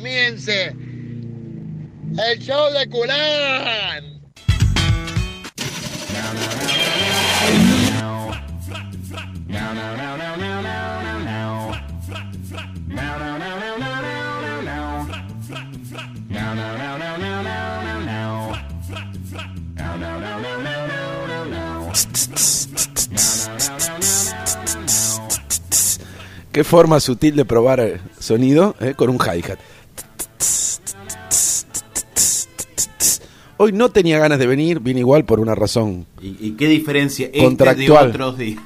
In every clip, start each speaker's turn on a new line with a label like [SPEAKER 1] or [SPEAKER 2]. [SPEAKER 1] comience el show de Culán.
[SPEAKER 2] Qué forma sutil de probar sonido eh, con un hi-hat. Hoy no tenía ganas de venir, vine igual por una razón.
[SPEAKER 3] ¿Y, y qué diferencia este
[SPEAKER 2] Contractual.
[SPEAKER 3] de otros días?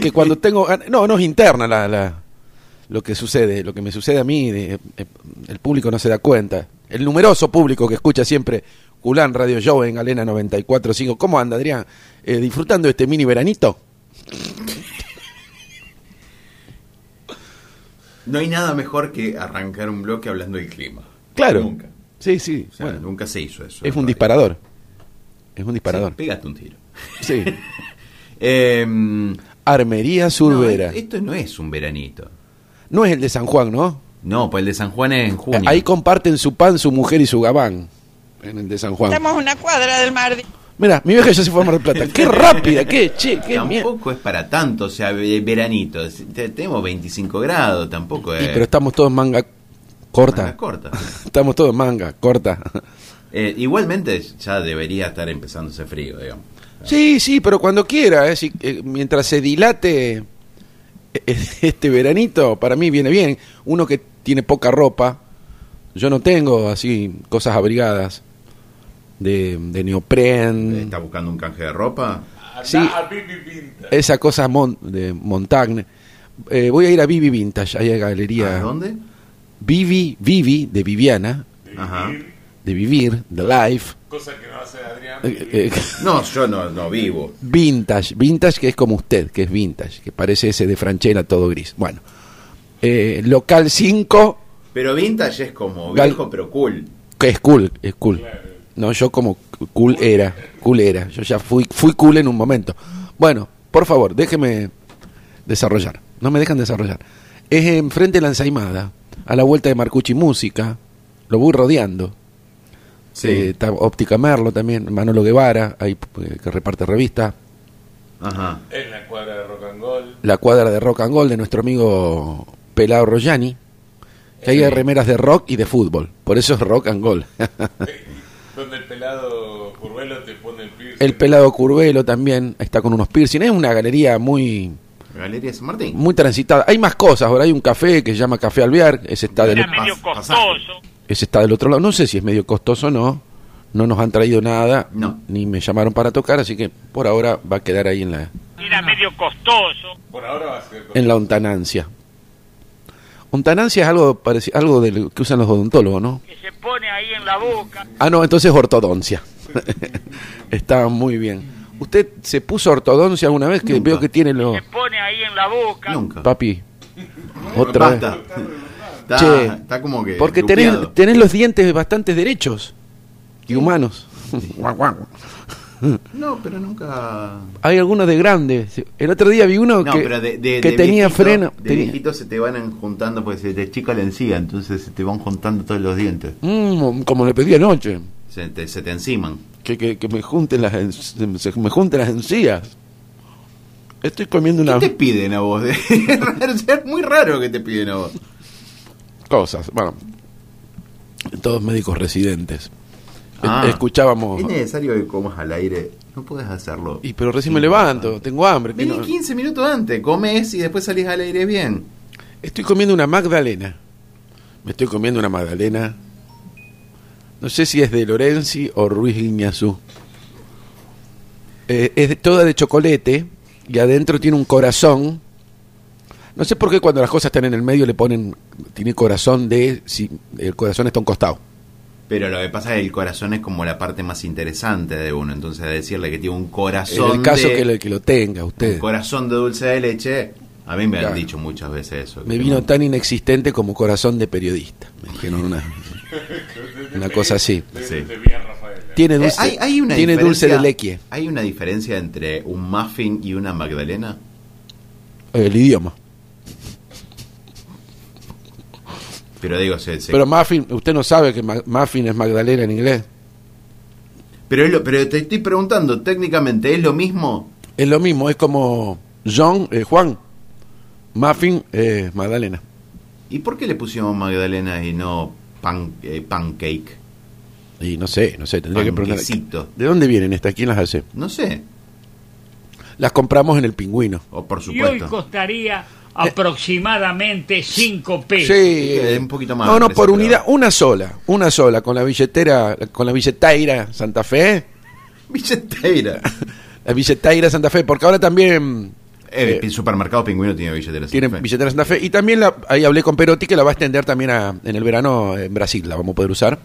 [SPEAKER 2] Que cuando tengo gan- No, no es interna la, la- lo que sucede, lo que me sucede a mí, de- eh, el público no se da cuenta. El numeroso público que escucha siempre Culán Radio Show en Galena 94.5. ¿Cómo anda, Adrián? Eh, ¿Disfrutando este mini veranito?
[SPEAKER 3] No hay nada mejor que arrancar un bloque hablando del clima.
[SPEAKER 2] Claro.
[SPEAKER 3] Nunca.
[SPEAKER 2] Sí, sí.
[SPEAKER 3] O sea,
[SPEAKER 2] bueno,
[SPEAKER 3] nunca se hizo eso.
[SPEAKER 2] es un
[SPEAKER 3] Sí,
[SPEAKER 2] disparador. Es un disparador.
[SPEAKER 3] pégate un tiro.
[SPEAKER 2] Sí.
[SPEAKER 3] Em,
[SPEAKER 2] Armería
[SPEAKER 3] no, e-,
[SPEAKER 2] Survera.
[SPEAKER 3] esto- esto no es un veranito.
[SPEAKER 2] No es el de San Juan, ¿no?
[SPEAKER 3] No, pues el de San Juan es en junio.
[SPEAKER 2] Ahí comparten su pan, su mujer y su gabán. En el de San Juan.
[SPEAKER 4] Estamos a una cuadra del mar.
[SPEAKER 2] Mira, mi vieja ya se fue a Mar del Plata. ¡Qué rápida! ¡Qué che! ¡Qué mierda!
[SPEAKER 3] tampoco es para tanto, o sea, ve- veranito. Es- te- Tenemos 25 grados, tampoco es.
[SPEAKER 2] Y, pero estamos todos en manga
[SPEAKER 3] manga
[SPEAKER 2] corta.
[SPEAKER 3] corta.
[SPEAKER 2] Estamos todos en manga corta.
[SPEAKER 3] Eh, igualmente, ya debería estar empezando ese frío, digamos.
[SPEAKER 2] Sí, sí, pero cuando quiera. eh, si- eh, mientras se dilate eh, este veranito, para mí viene bien. Uno que tiene poca ropa. Yo no tengo así cosas abrigadas de, de neopren.
[SPEAKER 3] ¿Está buscando un canje de ropa?
[SPEAKER 2] Sí. Esa cosa mon- de Montagne. Eh, voy a ir a Vivi Vintage, ahí a galería.
[SPEAKER 3] ¿A dónde?
[SPEAKER 2] Vivi, Vivi, de Viviana,
[SPEAKER 3] Ajá.
[SPEAKER 2] de Vivir, de Life.
[SPEAKER 5] Cosa que no hace Adrián.
[SPEAKER 2] Eh, eh,
[SPEAKER 3] No, yo no, no vivo.
[SPEAKER 2] vintage, vintage que es como usted, que es vintage, que parece ese de Franchella todo gris. Bueno, Eh, local 5,
[SPEAKER 3] Pero vintage es como
[SPEAKER 2] Gal-
[SPEAKER 3] viejo, pero cool.
[SPEAKER 2] que es cool, es cool. No, yo como cool era, cool era. Yo ya fui, fui cool en un momento. Bueno, por favor, déjeme desarrollar. No me dejan desarrollar. Es enfrente de la ensaimada, a la vuelta de Marcucci Música. Lo voy rodeando. Eh, está Óptica Merlo también, Manolo Guevara, ahí, eh, que reparte revistas.
[SPEAKER 3] Ajá.
[SPEAKER 5] En la cuadra de Rock and Gold.
[SPEAKER 2] La cuadra de rock and gold de nuestro amigo Pelado Royani. Que ahí hay remeras de rock y de fútbol. Por eso es rock and gold.
[SPEAKER 5] Donde el pelado Curvelo te pone el piercing.
[SPEAKER 2] El pelado Curvelo también está con unos piercing. Es una galería muy,
[SPEAKER 3] Galería San Martín.
[SPEAKER 2] muy transitada. Hay más cosas. Ahora hay un café que se llama Café Alvear. Ese está, del,
[SPEAKER 3] medio costoso.
[SPEAKER 2] ese está del otro lado. No sé si es medio costoso o no. No nos han traído nada.
[SPEAKER 3] No.
[SPEAKER 2] Ni me llamaron para tocar. Así que por ahora va a quedar ahí en la,
[SPEAKER 6] Era medio costoso.
[SPEAKER 5] Por ahora va a ser. con-
[SPEAKER 2] en la ontanancia. Ontanancia es algo, pareci- algo del que usan los odontólogos, ¿no?
[SPEAKER 6] Que se pone ahí en la boca.
[SPEAKER 2] Ah, no, entonces ortodoncia. Está muy bien. ¿Usted se puso ortodoncia alguna vez? Que
[SPEAKER 3] Nunca.
[SPEAKER 2] veo que tiene los...
[SPEAKER 6] Se pone ahí en la boca.
[SPEAKER 3] Nunca.
[SPEAKER 2] Papi, otra vez.
[SPEAKER 3] Basta. Eh, Está,
[SPEAKER 2] Che,
[SPEAKER 3] está como que.
[SPEAKER 2] Porque tenés,
[SPEAKER 3] lupeado.
[SPEAKER 2] tenés los dientes bastante derechos y humanos. Guau, guau.
[SPEAKER 3] No, pero nunca.
[SPEAKER 2] Hay algunos de grandes. El otro día vi uno
[SPEAKER 3] No,
[SPEAKER 2] que,
[SPEAKER 3] pero de, de-
[SPEAKER 2] que
[SPEAKER 3] de
[SPEAKER 2] tenía
[SPEAKER 3] viejito-
[SPEAKER 2] freno.
[SPEAKER 3] De
[SPEAKER 2] tenía-
[SPEAKER 3] viejito se te van juntando porque se te chica la encía, entonces se te van juntando todos los dientes.
[SPEAKER 2] Mm, como le pedí anoche.
[SPEAKER 3] Se te, se te enciman.
[SPEAKER 2] Que, que- que me, junten las, en- se- me junten las encías. Estoy comiendo
[SPEAKER 3] ¿Qué
[SPEAKER 2] unas
[SPEAKER 3] te piden a vos? es muy raro que te piden a vos.
[SPEAKER 2] cosas. Bueno, todos médicos residentes. E-
[SPEAKER 3] Ah.
[SPEAKER 2] Escuchábamos.
[SPEAKER 3] Es necesario que comas al aire. No puedes hacerlo.
[SPEAKER 2] Y pero recién me levanto, tengo hambre. que
[SPEAKER 3] Vení
[SPEAKER 2] no-
[SPEAKER 3] 15 minutos antes, comes y después salís al aire bien.
[SPEAKER 2] Estoy comiendo una magdalena. Me estoy comiendo una magdalena. No sé si es de Lorenzi o Ruiz Guiñazú. Eh, es de- toda de chocolate y adentro tiene un corazón. No sé por qué cuando las cosas están en el medio le ponen, tiene corazón de, si el corazón está a un costado.
[SPEAKER 3] Pero lo que pasa es que el corazón es como la parte más interesante de uno. Entonces decirle que tiene un
[SPEAKER 2] En
[SPEAKER 3] corazón
[SPEAKER 2] el caso
[SPEAKER 3] de,
[SPEAKER 2] que, le- que lo tenga
[SPEAKER 3] un
[SPEAKER 2] usted.
[SPEAKER 3] corazón de dulce de leche, a mí me
[SPEAKER 2] Claro.
[SPEAKER 3] han dicho muchas veces eso.
[SPEAKER 2] Me
[SPEAKER 3] Que
[SPEAKER 2] vino
[SPEAKER 3] tengo-
[SPEAKER 2] tan inexistente como corazón de periodista. Me dijeron una, una cosa así.
[SPEAKER 3] Sí.
[SPEAKER 5] Te vi a Rafael.
[SPEAKER 2] Tiene
[SPEAKER 3] Eh,
[SPEAKER 2] dulce,
[SPEAKER 3] hay, hay una
[SPEAKER 2] tiene dulce de
[SPEAKER 3] diferencia-
[SPEAKER 2] leche.
[SPEAKER 3] ¿Hay una diferencia entre un muffin y una magdalena?
[SPEAKER 2] El idioma.
[SPEAKER 3] Pero digo, se, se-
[SPEAKER 2] Pero Muffin, usted no sabe que ma- Muffin es Magdalena en inglés.
[SPEAKER 3] pero, es lo- pero te estoy preguntando, técnicamente, ¿es lo mismo?
[SPEAKER 2] Es lo mismo, es como John, eh, Juan. Muffin, eh, Magdalena.
[SPEAKER 3] ¿Y por qué le pusimos Magdalena y no pan, eh, pancake?
[SPEAKER 2] Y no sé, no sé, tendría
[SPEAKER 3] Ah,
[SPEAKER 2] que preguntar.
[SPEAKER 3] Panquecito.
[SPEAKER 2] ¿De dónde vienen estas? ¿Quién las hace?
[SPEAKER 3] No sé,
[SPEAKER 2] Las compramos en el pingüino.
[SPEAKER 3] o Oh, por
[SPEAKER 4] Y hoy
[SPEAKER 3] supuesto.
[SPEAKER 4] costaría aproximadamente 5 pesos.
[SPEAKER 2] Sí,
[SPEAKER 3] eh, un poquito más
[SPEAKER 2] No, no,
[SPEAKER 3] me parece,
[SPEAKER 2] por
[SPEAKER 3] pero-
[SPEAKER 2] unidad, una sola, una sola, con la billetera, con la billeteira Santa Fe,
[SPEAKER 3] Billetera.
[SPEAKER 2] la billeteira Santa Fe, porque ahora también
[SPEAKER 3] Eh, el supermercado pingüino tiene billetera.
[SPEAKER 2] tienen
[SPEAKER 3] Santa Fe.
[SPEAKER 2] billetera Santa Fe y también la, ahí hablé con Perotti que la va a extender también a- en el verano en Brasil, la vamos a poder usar.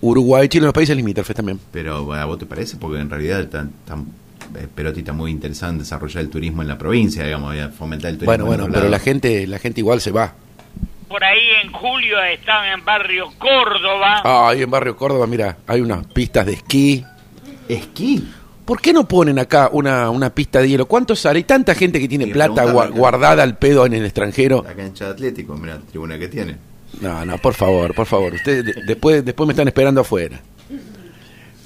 [SPEAKER 2] Uruguay, Chile, los países limítrofes también.
[SPEAKER 3] Pero ¿a vos te parece? Porque en realidad tan, tan, eh, Perotti está muy interesado en desarrollar el turismo en la provincia, digamos, eh, fomentar el turismo.
[SPEAKER 2] Bueno,
[SPEAKER 3] en
[SPEAKER 2] bueno,
[SPEAKER 3] otro
[SPEAKER 2] pero la
[SPEAKER 3] lado.
[SPEAKER 2] gente, la gente igual se va.
[SPEAKER 6] Por ahí en julio están en barrio Córdoba.
[SPEAKER 2] Ah, ahí en Barrio Córdoba, mira, hay unas pistas de esquí.
[SPEAKER 3] Esquí.
[SPEAKER 2] ¿Por qué no ponen acá una, una pista de hielo? ¿Cuánto sale? Hay tanta gente que tiene
[SPEAKER 3] Sí,
[SPEAKER 2] plata
[SPEAKER 3] pregúntale
[SPEAKER 2] gua-
[SPEAKER 3] acá.
[SPEAKER 2] guardada al pedo en el extranjero.
[SPEAKER 3] La cancha de Atlético, mira la tribuna que tiene.
[SPEAKER 2] No, no, por favor, por favor. Ustedes de- después, después me están esperando afuera.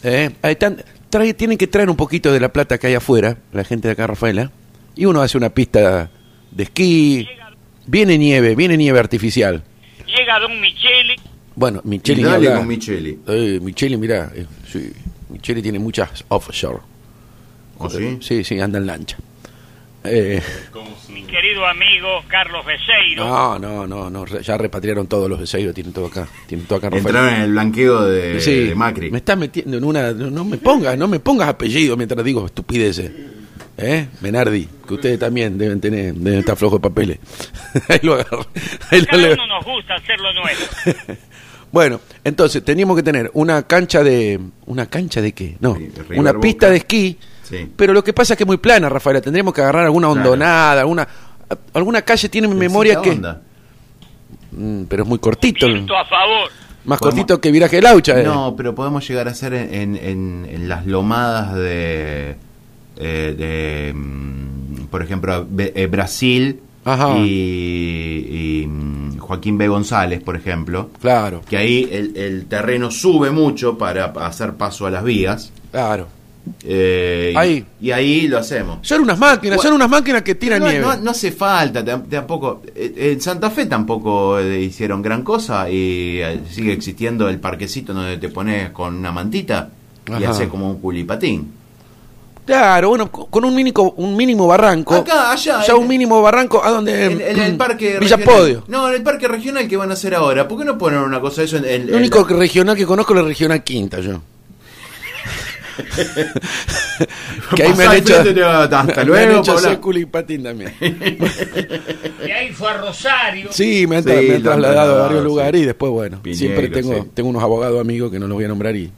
[SPEAKER 2] Eh, hay tan- trae- tienen que traer un poquito de la plata que hay afuera, la gente de acá, Rafaela. Y uno hace una pista de esquí. Viene nieve, viene nieve artificial.
[SPEAKER 6] Llega Don Michele.
[SPEAKER 2] Bueno, Micheli. ni
[SPEAKER 3] Y dale
[SPEAKER 2] hablar.
[SPEAKER 3] con Micheli.
[SPEAKER 2] Eh, Micheli, mirá. eh, sí, Micheli tiene muchas offshore.
[SPEAKER 3] ¿O sí?
[SPEAKER 2] Sí, sí, anda en lancha. Eh,
[SPEAKER 6] Mi querido amigo Carlos Beseiro.
[SPEAKER 2] no, no, no, no, re- ya repatriaron todos los de Seiro, tienen todo acá, tienen todo acá. Rafael.
[SPEAKER 3] Entraron en el blanqueo de,
[SPEAKER 2] Sí,
[SPEAKER 3] eh, de Macri.
[SPEAKER 2] Me estás metiendo en una, no, no me pongas, no me pongas apellido mientras digo estupideces. ¿Eh? Menardi, que ustedes también deben tener, deben estar flojos de papeles. ahí lo agarro, ahí lo
[SPEAKER 6] Cada
[SPEAKER 2] leo.
[SPEAKER 6] uno nos gusta hacer lo nuestro.
[SPEAKER 2] Bueno, entonces teníamos que tener una cancha de. ¿Una cancha de qué? No,
[SPEAKER 3] Sí, River
[SPEAKER 2] una
[SPEAKER 3] Boca.
[SPEAKER 2] pista de esquí.
[SPEAKER 3] Sí.
[SPEAKER 2] Pero lo que pasa es que es muy plana, Rafaela. Tendríamos que agarrar alguna
[SPEAKER 3] Claro.
[SPEAKER 2] hondonada, alguna. Alguna calle tiene en mi memoria que.
[SPEAKER 3] Onda.
[SPEAKER 2] Mm, pero es muy cortito. el-
[SPEAKER 6] Viento a favor.
[SPEAKER 2] Más
[SPEAKER 3] Podemos-
[SPEAKER 2] cortito que viraje laucha. eh.
[SPEAKER 3] No, pero podemos llegar a ser en, en- en- en las lomadas de, eh, de, mm, por ejemplo, Be- eh, Brasil
[SPEAKER 2] Ajá.
[SPEAKER 3] y, y, mm, Joaquín B. González, por ejemplo,
[SPEAKER 2] Claro,
[SPEAKER 3] que ahí el, el terreno sube mucho para hacer paso a las vías.
[SPEAKER 2] claro.
[SPEAKER 3] eh, y-
[SPEAKER 2] Ahí.
[SPEAKER 3] Y ahí lo hacemos.
[SPEAKER 2] Son unas máquinas, son unas máquinas que tiran
[SPEAKER 3] No,
[SPEAKER 2] nieve.
[SPEAKER 3] no- no hace falta, tam- tampoco. eh, En Santa Fe tampoco eh, hicieron gran cosa y eh, sigue existiendo el parquecito donde te pones con una mantita y
[SPEAKER 2] Ajá.
[SPEAKER 3] haces como un culipatín.
[SPEAKER 2] Claro, bueno, co- con un mínimo, un mínimo barranco.
[SPEAKER 3] Acá, allá,
[SPEAKER 2] Ya
[SPEAKER 3] en-
[SPEAKER 2] un mínimo barranco, ¿a dónde?
[SPEAKER 3] En, en el parque
[SPEAKER 2] Villa
[SPEAKER 3] regional-
[SPEAKER 2] Podio.
[SPEAKER 3] No, en el parque regional que van a hacer ahora. ¿Por qué no ponen una cosa de eso en el.
[SPEAKER 2] El único que- regional que conozco es la regional quinta, yo. que ahí me han
[SPEAKER 3] Pasá al
[SPEAKER 2] hecho.
[SPEAKER 3] frente y te va, hasta
[SPEAKER 2] me han
[SPEAKER 3] luego,
[SPEAKER 2] hecho
[SPEAKER 3] Paula.
[SPEAKER 2] hacer culo y patín también.
[SPEAKER 4] De ahí fue a Rosario.
[SPEAKER 2] Sí, me han, tra- me
[SPEAKER 3] Sí,
[SPEAKER 2] han
[SPEAKER 3] lo han
[SPEAKER 2] trasladado a
[SPEAKER 3] trasladado,
[SPEAKER 2] varios
[SPEAKER 3] sí.
[SPEAKER 2] lugares y después, bueno,
[SPEAKER 3] Piñeiro,
[SPEAKER 2] siempre tengo,
[SPEAKER 3] sí.
[SPEAKER 2] tengo unos abogados amigos que no los voy a nombrar y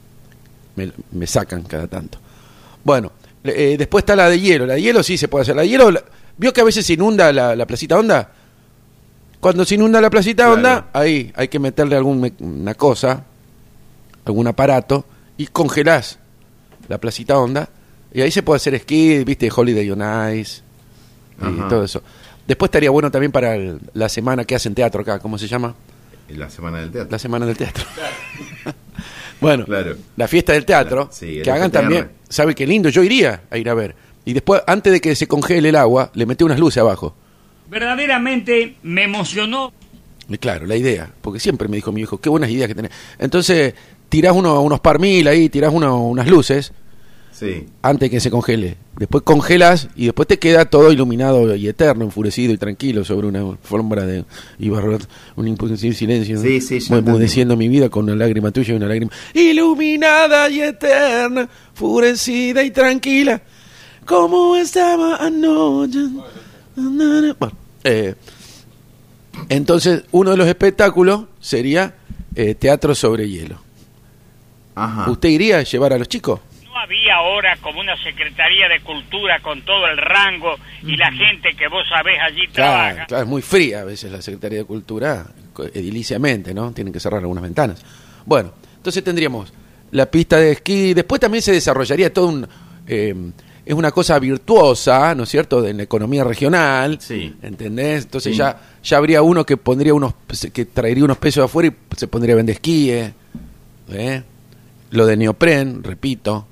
[SPEAKER 2] me, me sacan cada tanto. Bueno, le- eh, después está la de hielo. La de hielo sí se puede hacer. La de hielo, la- ¿vio que a veces se inunda la, la placita onda? Cuando se inunda la placita
[SPEAKER 3] Claro.
[SPEAKER 2] onda, ahí hay que meterle alguna cosa, algún aparato y congelás la placita onda. Y ahí se puede hacer esquí, viste, Holiday on Ice y
[SPEAKER 3] Ajá.
[SPEAKER 2] todo eso. Después estaría bueno también para el- la semana que hacen teatro acá, ¿cómo se llama?
[SPEAKER 3] La semana del teatro.
[SPEAKER 2] La semana del teatro. bueno,
[SPEAKER 3] Claro.
[SPEAKER 2] la fiesta del teatro,
[SPEAKER 3] La- sí, el
[SPEAKER 2] que hagan
[SPEAKER 3] FTR.
[SPEAKER 2] también, sabe qué lindo, yo iría a ir a ver. Y después, antes de que se congele el agua, le metí unas luces abajo.
[SPEAKER 4] Verdaderamente me emocionó
[SPEAKER 2] Y claro, la idea, porque siempre me dijo mi hijo, qué buenas ideas que tenés. Entonces, tirás uno, unos par mil ahí, tirás uno- unas luces
[SPEAKER 3] Sí.
[SPEAKER 2] antes de que se congele. Después congelas y después te queda todo iluminado y eterno, enfurecido y tranquilo sobre una alfombra de y barro- un imposible silencio. ¿no?
[SPEAKER 3] Sí, sí, ya
[SPEAKER 2] Voy
[SPEAKER 3] entendí.
[SPEAKER 2] enmudeciendo mi vida con una lágrima tuya y una lágrima iluminada y eterna, enfurecida y tranquila. Como estaba anoche. Na, na. Bueno, eh, entonces, uno de los espectáculos sería eh, teatro sobre hielo.
[SPEAKER 3] Ajá.
[SPEAKER 2] ¿Usted iría a llevar a los chicos?
[SPEAKER 6] No había ahora como una Secretaría de Cultura con todo el rango y la gente que vos sabés allí
[SPEAKER 2] Claro,
[SPEAKER 6] trabaja.
[SPEAKER 2] claro, es muy fría a veces la Secretaría de Cultura, co- ediliciamente, ¿no? Tienen que cerrar algunas ventanas. Bueno, entonces tendríamos la pista de esquí, después también se desarrollaría todo un... eh, es una cosa virtuosa, ¿no es cierto?, de la economía regional.
[SPEAKER 3] Sí.
[SPEAKER 2] ¿Entendés? Entonces
[SPEAKER 3] Sí.
[SPEAKER 2] ya, ya habría uno que pondría unos que traería unos pesos de afuera y se pondría a vender esquíes. ¿eh? Lo de neopren, repito.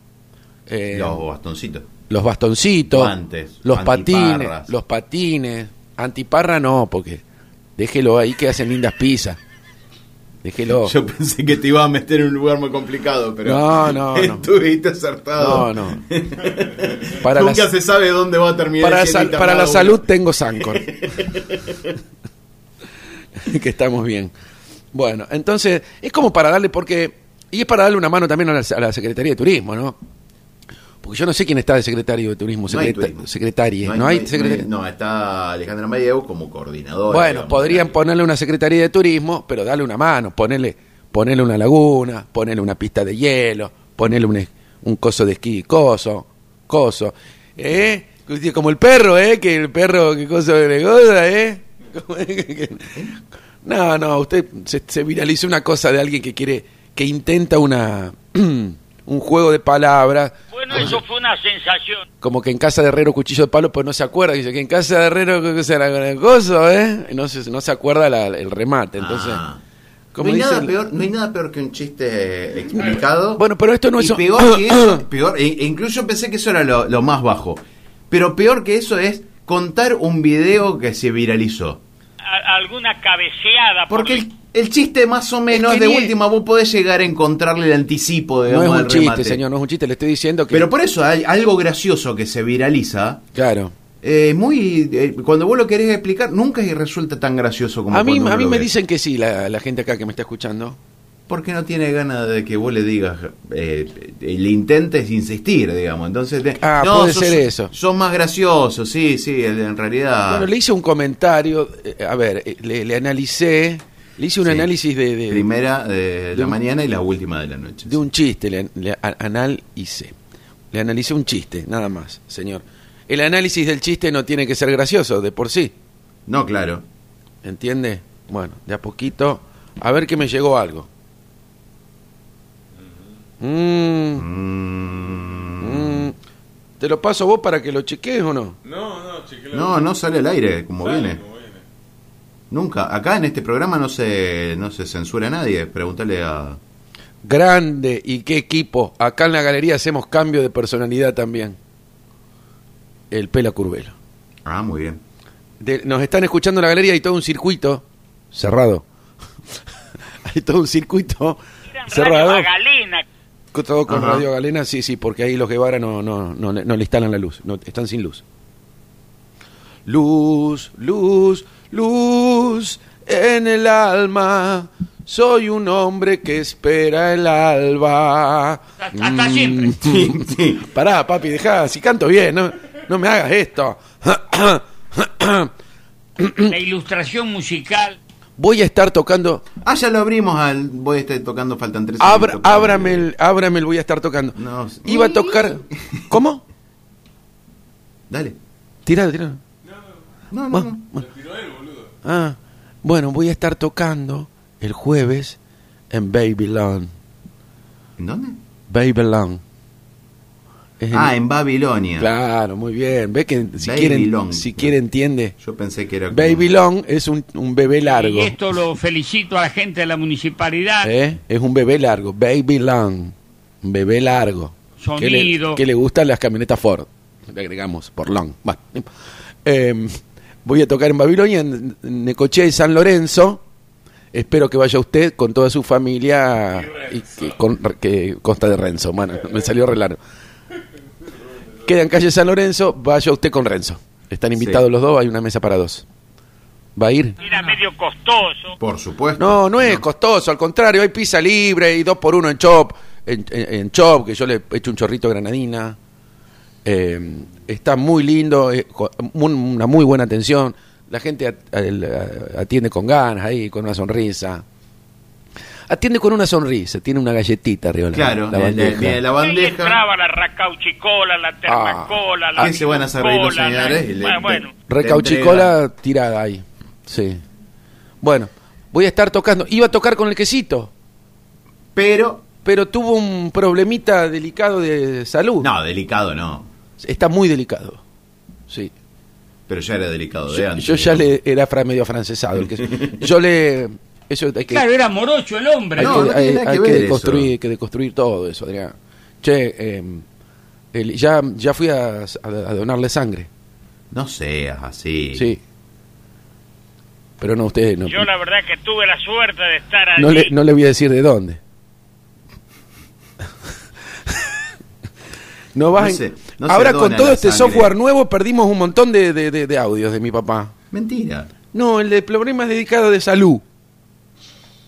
[SPEAKER 2] Eh,
[SPEAKER 3] Los bastoncitos.
[SPEAKER 2] los bastoncitos,
[SPEAKER 3] Guantes,
[SPEAKER 2] los patines,
[SPEAKER 3] antiparras.
[SPEAKER 2] los patines, antiparra no, porque déjelo ahí que hacen lindas pizzas. Déjelo.
[SPEAKER 3] Yo pensé que te iba a meter en un lugar muy complicado, pero
[SPEAKER 2] No, no, no.
[SPEAKER 3] estuviste acertado.
[SPEAKER 2] No, no. Para la,
[SPEAKER 3] Nunca se sabe dónde va a terminar.
[SPEAKER 2] para la
[SPEAKER 3] ese
[SPEAKER 2] sal-
[SPEAKER 3] internado,
[SPEAKER 2] para la
[SPEAKER 3] boludo.
[SPEAKER 2] salud tengo Sancor. que estamos bien. Bueno, entonces es como para darle porque y es para darle una mano también a la, a la Secretaría de Turismo, ¿no? Porque yo no sé quién está de secretario de turismo,
[SPEAKER 3] No hay
[SPEAKER 2] secreta-
[SPEAKER 3] turismo.
[SPEAKER 2] secretaria, no hay, secretaria.
[SPEAKER 3] no, está Alejandra Mayev como coordinadora.
[SPEAKER 2] Bueno,
[SPEAKER 3] digamos,
[SPEAKER 2] podrían
[SPEAKER 3] claro.
[SPEAKER 2] ponerle una secretaría de turismo, pero dale una mano, ponerle, ponerle una laguna, ponerle una pista de hielo, ponerle un, es- un coso de esquí, coso, coso. ¿Eh? Como el perro, ¿eh? Que el perro, que cosa de cosa, ¿eh? Como- que- No, no, usted se, se viraliza una cosa de alguien que quiere, que intenta una un juego de palabras,
[SPEAKER 6] Bueno, eso fue una sensación.
[SPEAKER 2] como que en casa de Herrero cuchillo de palo, pues no se acuerda. Dice que en casa de Herrero que se era con el coso, ¿eh? Y No se, no se acuerda la- el remate. Entonces,
[SPEAKER 3] Ah.
[SPEAKER 2] como
[SPEAKER 3] no, hay
[SPEAKER 2] dice
[SPEAKER 3] nada
[SPEAKER 2] el-
[SPEAKER 3] peor, no hay nada peor que un chiste explicado.
[SPEAKER 2] Bueno, pero esto no
[SPEAKER 3] Y
[SPEAKER 2] es.
[SPEAKER 3] peor que eso, peor, e, e incluso pensé que eso era lo, lo más bajo. Pero peor que eso es contar un video que se viralizó.
[SPEAKER 6] A- alguna cabeceada. por
[SPEAKER 3] Porque el, el chiste más o menos
[SPEAKER 2] que
[SPEAKER 3] de
[SPEAKER 2] ni-
[SPEAKER 3] última vos podés llegar a encontrarle el anticipo,
[SPEAKER 2] no
[SPEAKER 3] digamos,
[SPEAKER 2] es un
[SPEAKER 3] al
[SPEAKER 2] chiste,
[SPEAKER 3] remate.
[SPEAKER 2] señor, no es un chiste. Le estoy diciendo que.
[SPEAKER 3] Pero por eso hay algo gracioso que se viraliza.
[SPEAKER 2] Claro.
[SPEAKER 3] eh, muy eh, cuando vos lo querés explicar nunca resulta tan gracioso como
[SPEAKER 2] A mí,
[SPEAKER 3] cuando
[SPEAKER 2] a
[SPEAKER 3] uno
[SPEAKER 2] mí
[SPEAKER 3] lo
[SPEAKER 2] me
[SPEAKER 3] ve.
[SPEAKER 2] dicen que sí, la, la gente acá que me está escuchando.
[SPEAKER 3] porque no tiene ganas de que vos le digas eh, le intentes insistir digamos entonces te-
[SPEAKER 2] Ah,
[SPEAKER 3] no,
[SPEAKER 2] puede
[SPEAKER 3] sos-
[SPEAKER 2] ser eso.
[SPEAKER 3] sos más gracioso sí sí en realidad
[SPEAKER 2] Bueno, le hice un comentario. eh, a ver, eh, le, le analicé. Le hice un
[SPEAKER 3] Sí.
[SPEAKER 2] análisis de, de-
[SPEAKER 3] primera de, la
[SPEAKER 2] un-
[SPEAKER 3] mañana y la última de la noche
[SPEAKER 2] de un chiste, le, le a- analicé. Le analicé un chiste, nada más, señor. El análisis del chiste no tiene que ser gracioso, de por sí.
[SPEAKER 3] no claro
[SPEAKER 2] ¿Entiende? Bueno, de a poquito. A ver que me llegó algo. Mm,
[SPEAKER 3] Mm.
[SPEAKER 2] mm. ¿Te lo paso a vos para que lo cheques o no?
[SPEAKER 5] No, no, chiquilón.
[SPEAKER 3] no no sale al aire como
[SPEAKER 5] Sale
[SPEAKER 3] viene
[SPEAKER 5] como viene.
[SPEAKER 3] nunca acá en este programa no se no se censura a nadie pregúntale a
[SPEAKER 2] Grande y qué equipo. Acá en la galería hacemos cambio de personalidad también. El Pela Curvelo.
[SPEAKER 3] ah muy bien
[SPEAKER 2] De- nos están escuchando en la galería y todo un circuito cerrado. Hay todo un circuito
[SPEAKER 6] Eran
[SPEAKER 2] cerrado.
[SPEAKER 6] Radio Galena.
[SPEAKER 2] Con- Todo con
[SPEAKER 3] Ajá.
[SPEAKER 2] Radio Galena, sí, sí, porque ahí los Guevara no, no, no, le- no le instalan la luz, no, están sin luz. Luz, luz, luz en el alma. Soy un hombre que espera el alba.
[SPEAKER 4] Hasta
[SPEAKER 2] Mm.
[SPEAKER 4] siempre.
[SPEAKER 3] sí, sí.
[SPEAKER 2] Pará, papi, dejá, si canto bien, no, no me hagas esto.
[SPEAKER 4] La ilustración musical.
[SPEAKER 2] Voy a estar tocando.
[SPEAKER 3] Ah, ya lo abrimos al. Voy a estar tocando, faltan tres.
[SPEAKER 2] Abra-
[SPEAKER 3] segundos para-
[SPEAKER 2] ábrame, el, ábrame el, voy a estar tocando.
[SPEAKER 3] No, sí.
[SPEAKER 2] Iba a tocar. ¿Cómo?
[SPEAKER 3] Dale.
[SPEAKER 2] Tirado, tirado.
[SPEAKER 3] No, no,
[SPEAKER 2] Bueno,
[SPEAKER 3] no.
[SPEAKER 2] bueno. Ah, bueno, voy a estar tocando el jueves en Babylon.
[SPEAKER 3] ¿En dónde?
[SPEAKER 2] Babylon. Es
[SPEAKER 3] Ah, en Babilonia.
[SPEAKER 2] Claro, muy bien. Ve que si
[SPEAKER 3] Babylon.
[SPEAKER 2] quiere, si quiere entiende.
[SPEAKER 3] Yo pensé que era. como-
[SPEAKER 2] Babylon es un, un bebé largo.
[SPEAKER 4] Y esto lo felicito a la gente de la municipalidad.
[SPEAKER 2] ¿eh? Es un bebé largo. Babylon. Un bebé largo. Que le,
[SPEAKER 4] Sonido.
[SPEAKER 2] que le gustan las camionetas Ford. Le agregamos por long. Bueno. Eh, voy a tocar en Babilonia, en en Necochea y San Lorenzo. Espero que vaya usted con toda su familia y que, con- que consta de Renzo. Bueno, me salió re largo. Queda en calle San Lorenzo, vaya usted con Renzo. Están invitados los dos, hay una mesa para dos. ¿Va a ir?
[SPEAKER 6] Era medio costoso.
[SPEAKER 3] Por supuesto.
[SPEAKER 2] No, no es costoso, al contrario, hay pizza libre y dos por uno en Chop, en, en- en Chop, que yo le echo un chorrito de granadina. Eh, está muy lindo, eh, co- un- una muy buena atención. La gente at- el, eh, atiende con ganas ahí, con una sonrisa. Atiende con una sonrisa, tiene una galletita arriba. la-
[SPEAKER 3] Claro,
[SPEAKER 2] la
[SPEAKER 3] el- el-
[SPEAKER 2] bandeja.
[SPEAKER 3] viene la
[SPEAKER 6] Ahí
[SPEAKER 3] bandeja. Ah.
[SPEAKER 6] entraba la racauchicola, la termacola, la
[SPEAKER 3] ¿Qué se van a hacer reír los
[SPEAKER 6] bicola, la-
[SPEAKER 3] señores? Y le-
[SPEAKER 6] Bueno, bueno.
[SPEAKER 3] te-
[SPEAKER 2] Recauchicola tirada ahí. Sí. Bueno, voy a estar tocando. Iba a tocar con el quesito.
[SPEAKER 3] Pero.
[SPEAKER 2] pero tuvo un problemita delicado de salud.
[SPEAKER 3] No, delicado no.
[SPEAKER 2] Está muy delicado. Sí.
[SPEAKER 3] Pero ya era delicado de
[SPEAKER 2] Yo,
[SPEAKER 3] antes.
[SPEAKER 2] yo ya
[SPEAKER 3] digamos.
[SPEAKER 2] le era fra- medio afrancesado. el que- yo le. Eso hay que,
[SPEAKER 4] Claro, era morocho el hombre.
[SPEAKER 2] hay
[SPEAKER 3] No,
[SPEAKER 2] que-
[SPEAKER 3] no tiene
[SPEAKER 2] hay-
[SPEAKER 3] nada
[SPEAKER 2] hay
[SPEAKER 3] que
[SPEAKER 2] que
[SPEAKER 3] ver
[SPEAKER 2] deconstruir,
[SPEAKER 3] eso.
[SPEAKER 2] que deconstruir todo eso, Adrián. Che, eh, el- ya, ya fui a, a- a donarle sangre.
[SPEAKER 3] No seas así.
[SPEAKER 2] Sí. Pero no, ustedes no.
[SPEAKER 6] Yo la verdad que tuve la suerte de estar allí.
[SPEAKER 2] No le, no le voy a decir de dónde. No vas
[SPEAKER 3] No
[SPEAKER 2] en-
[SPEAKER 3] se- no se
[SPEAKER 2] Ahora
[SPEAKER 3] dona
[SPEAKER 2] con todo
[SPEAKER 3] la
[SPEAKER 2] este
[SPEAKER 3] sangre.
[SPEAKER 2] software nuevo perdimos un montón de, de- de- de audios de mi papá.
[SPEAKER 3] Mentira.
[SPEAKER 2] No, el de problemas dedicados de salud.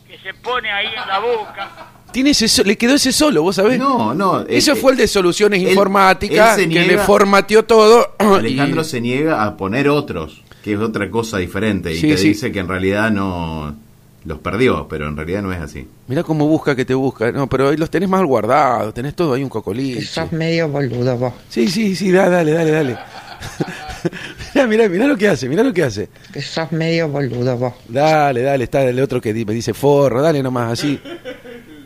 [SPEAKER 6] Que se pone ahí en la boca.
[SPEAKER 2] Tiene ese so- le quedó ese solo, vos sabés.
[SPEAKER 3] No, no. eh,
[SPEAKER 2] Eso
[SPEAKER 3] eh,
[SPEAKER 2] fue el de soluciones
[SPEAKER 3] él-
[SPEAKER 2] informáticas
[SPEAKER 3] él se
[SPEAKER 2] que le
[SPEAKER 3] niega-
[SPEAKER 2] formateó todo. y-
[SPEAKER 3] Alejandro se niega a poner otros, que es otra cosa diferente, y
[SPEAKER 2] Sí,
[SPEAKER 3] te
[SPEAKER 2] sí.
[SPEAKER 3] dice que en realidad no los perdió, pero en realidad no es así.
[SPEAKER 2] Mirá cómo busca que te busca. No, pero ahí los tenés mal guardados, tenés todo ahí un cocolí.
[SPEAKER 7] Sos medio boludo vos.
[SPEAKER 2] Sí, sí, sí, da- dale, dale, dale. mirá, mirá, mirá lo que hace, mirá lo que hace.
[SPEAKER 7] Que sos medio boludo vos.
[SPEAKER 2] Dale, dale, está el otro que di- me dice forro, dale nomás, así.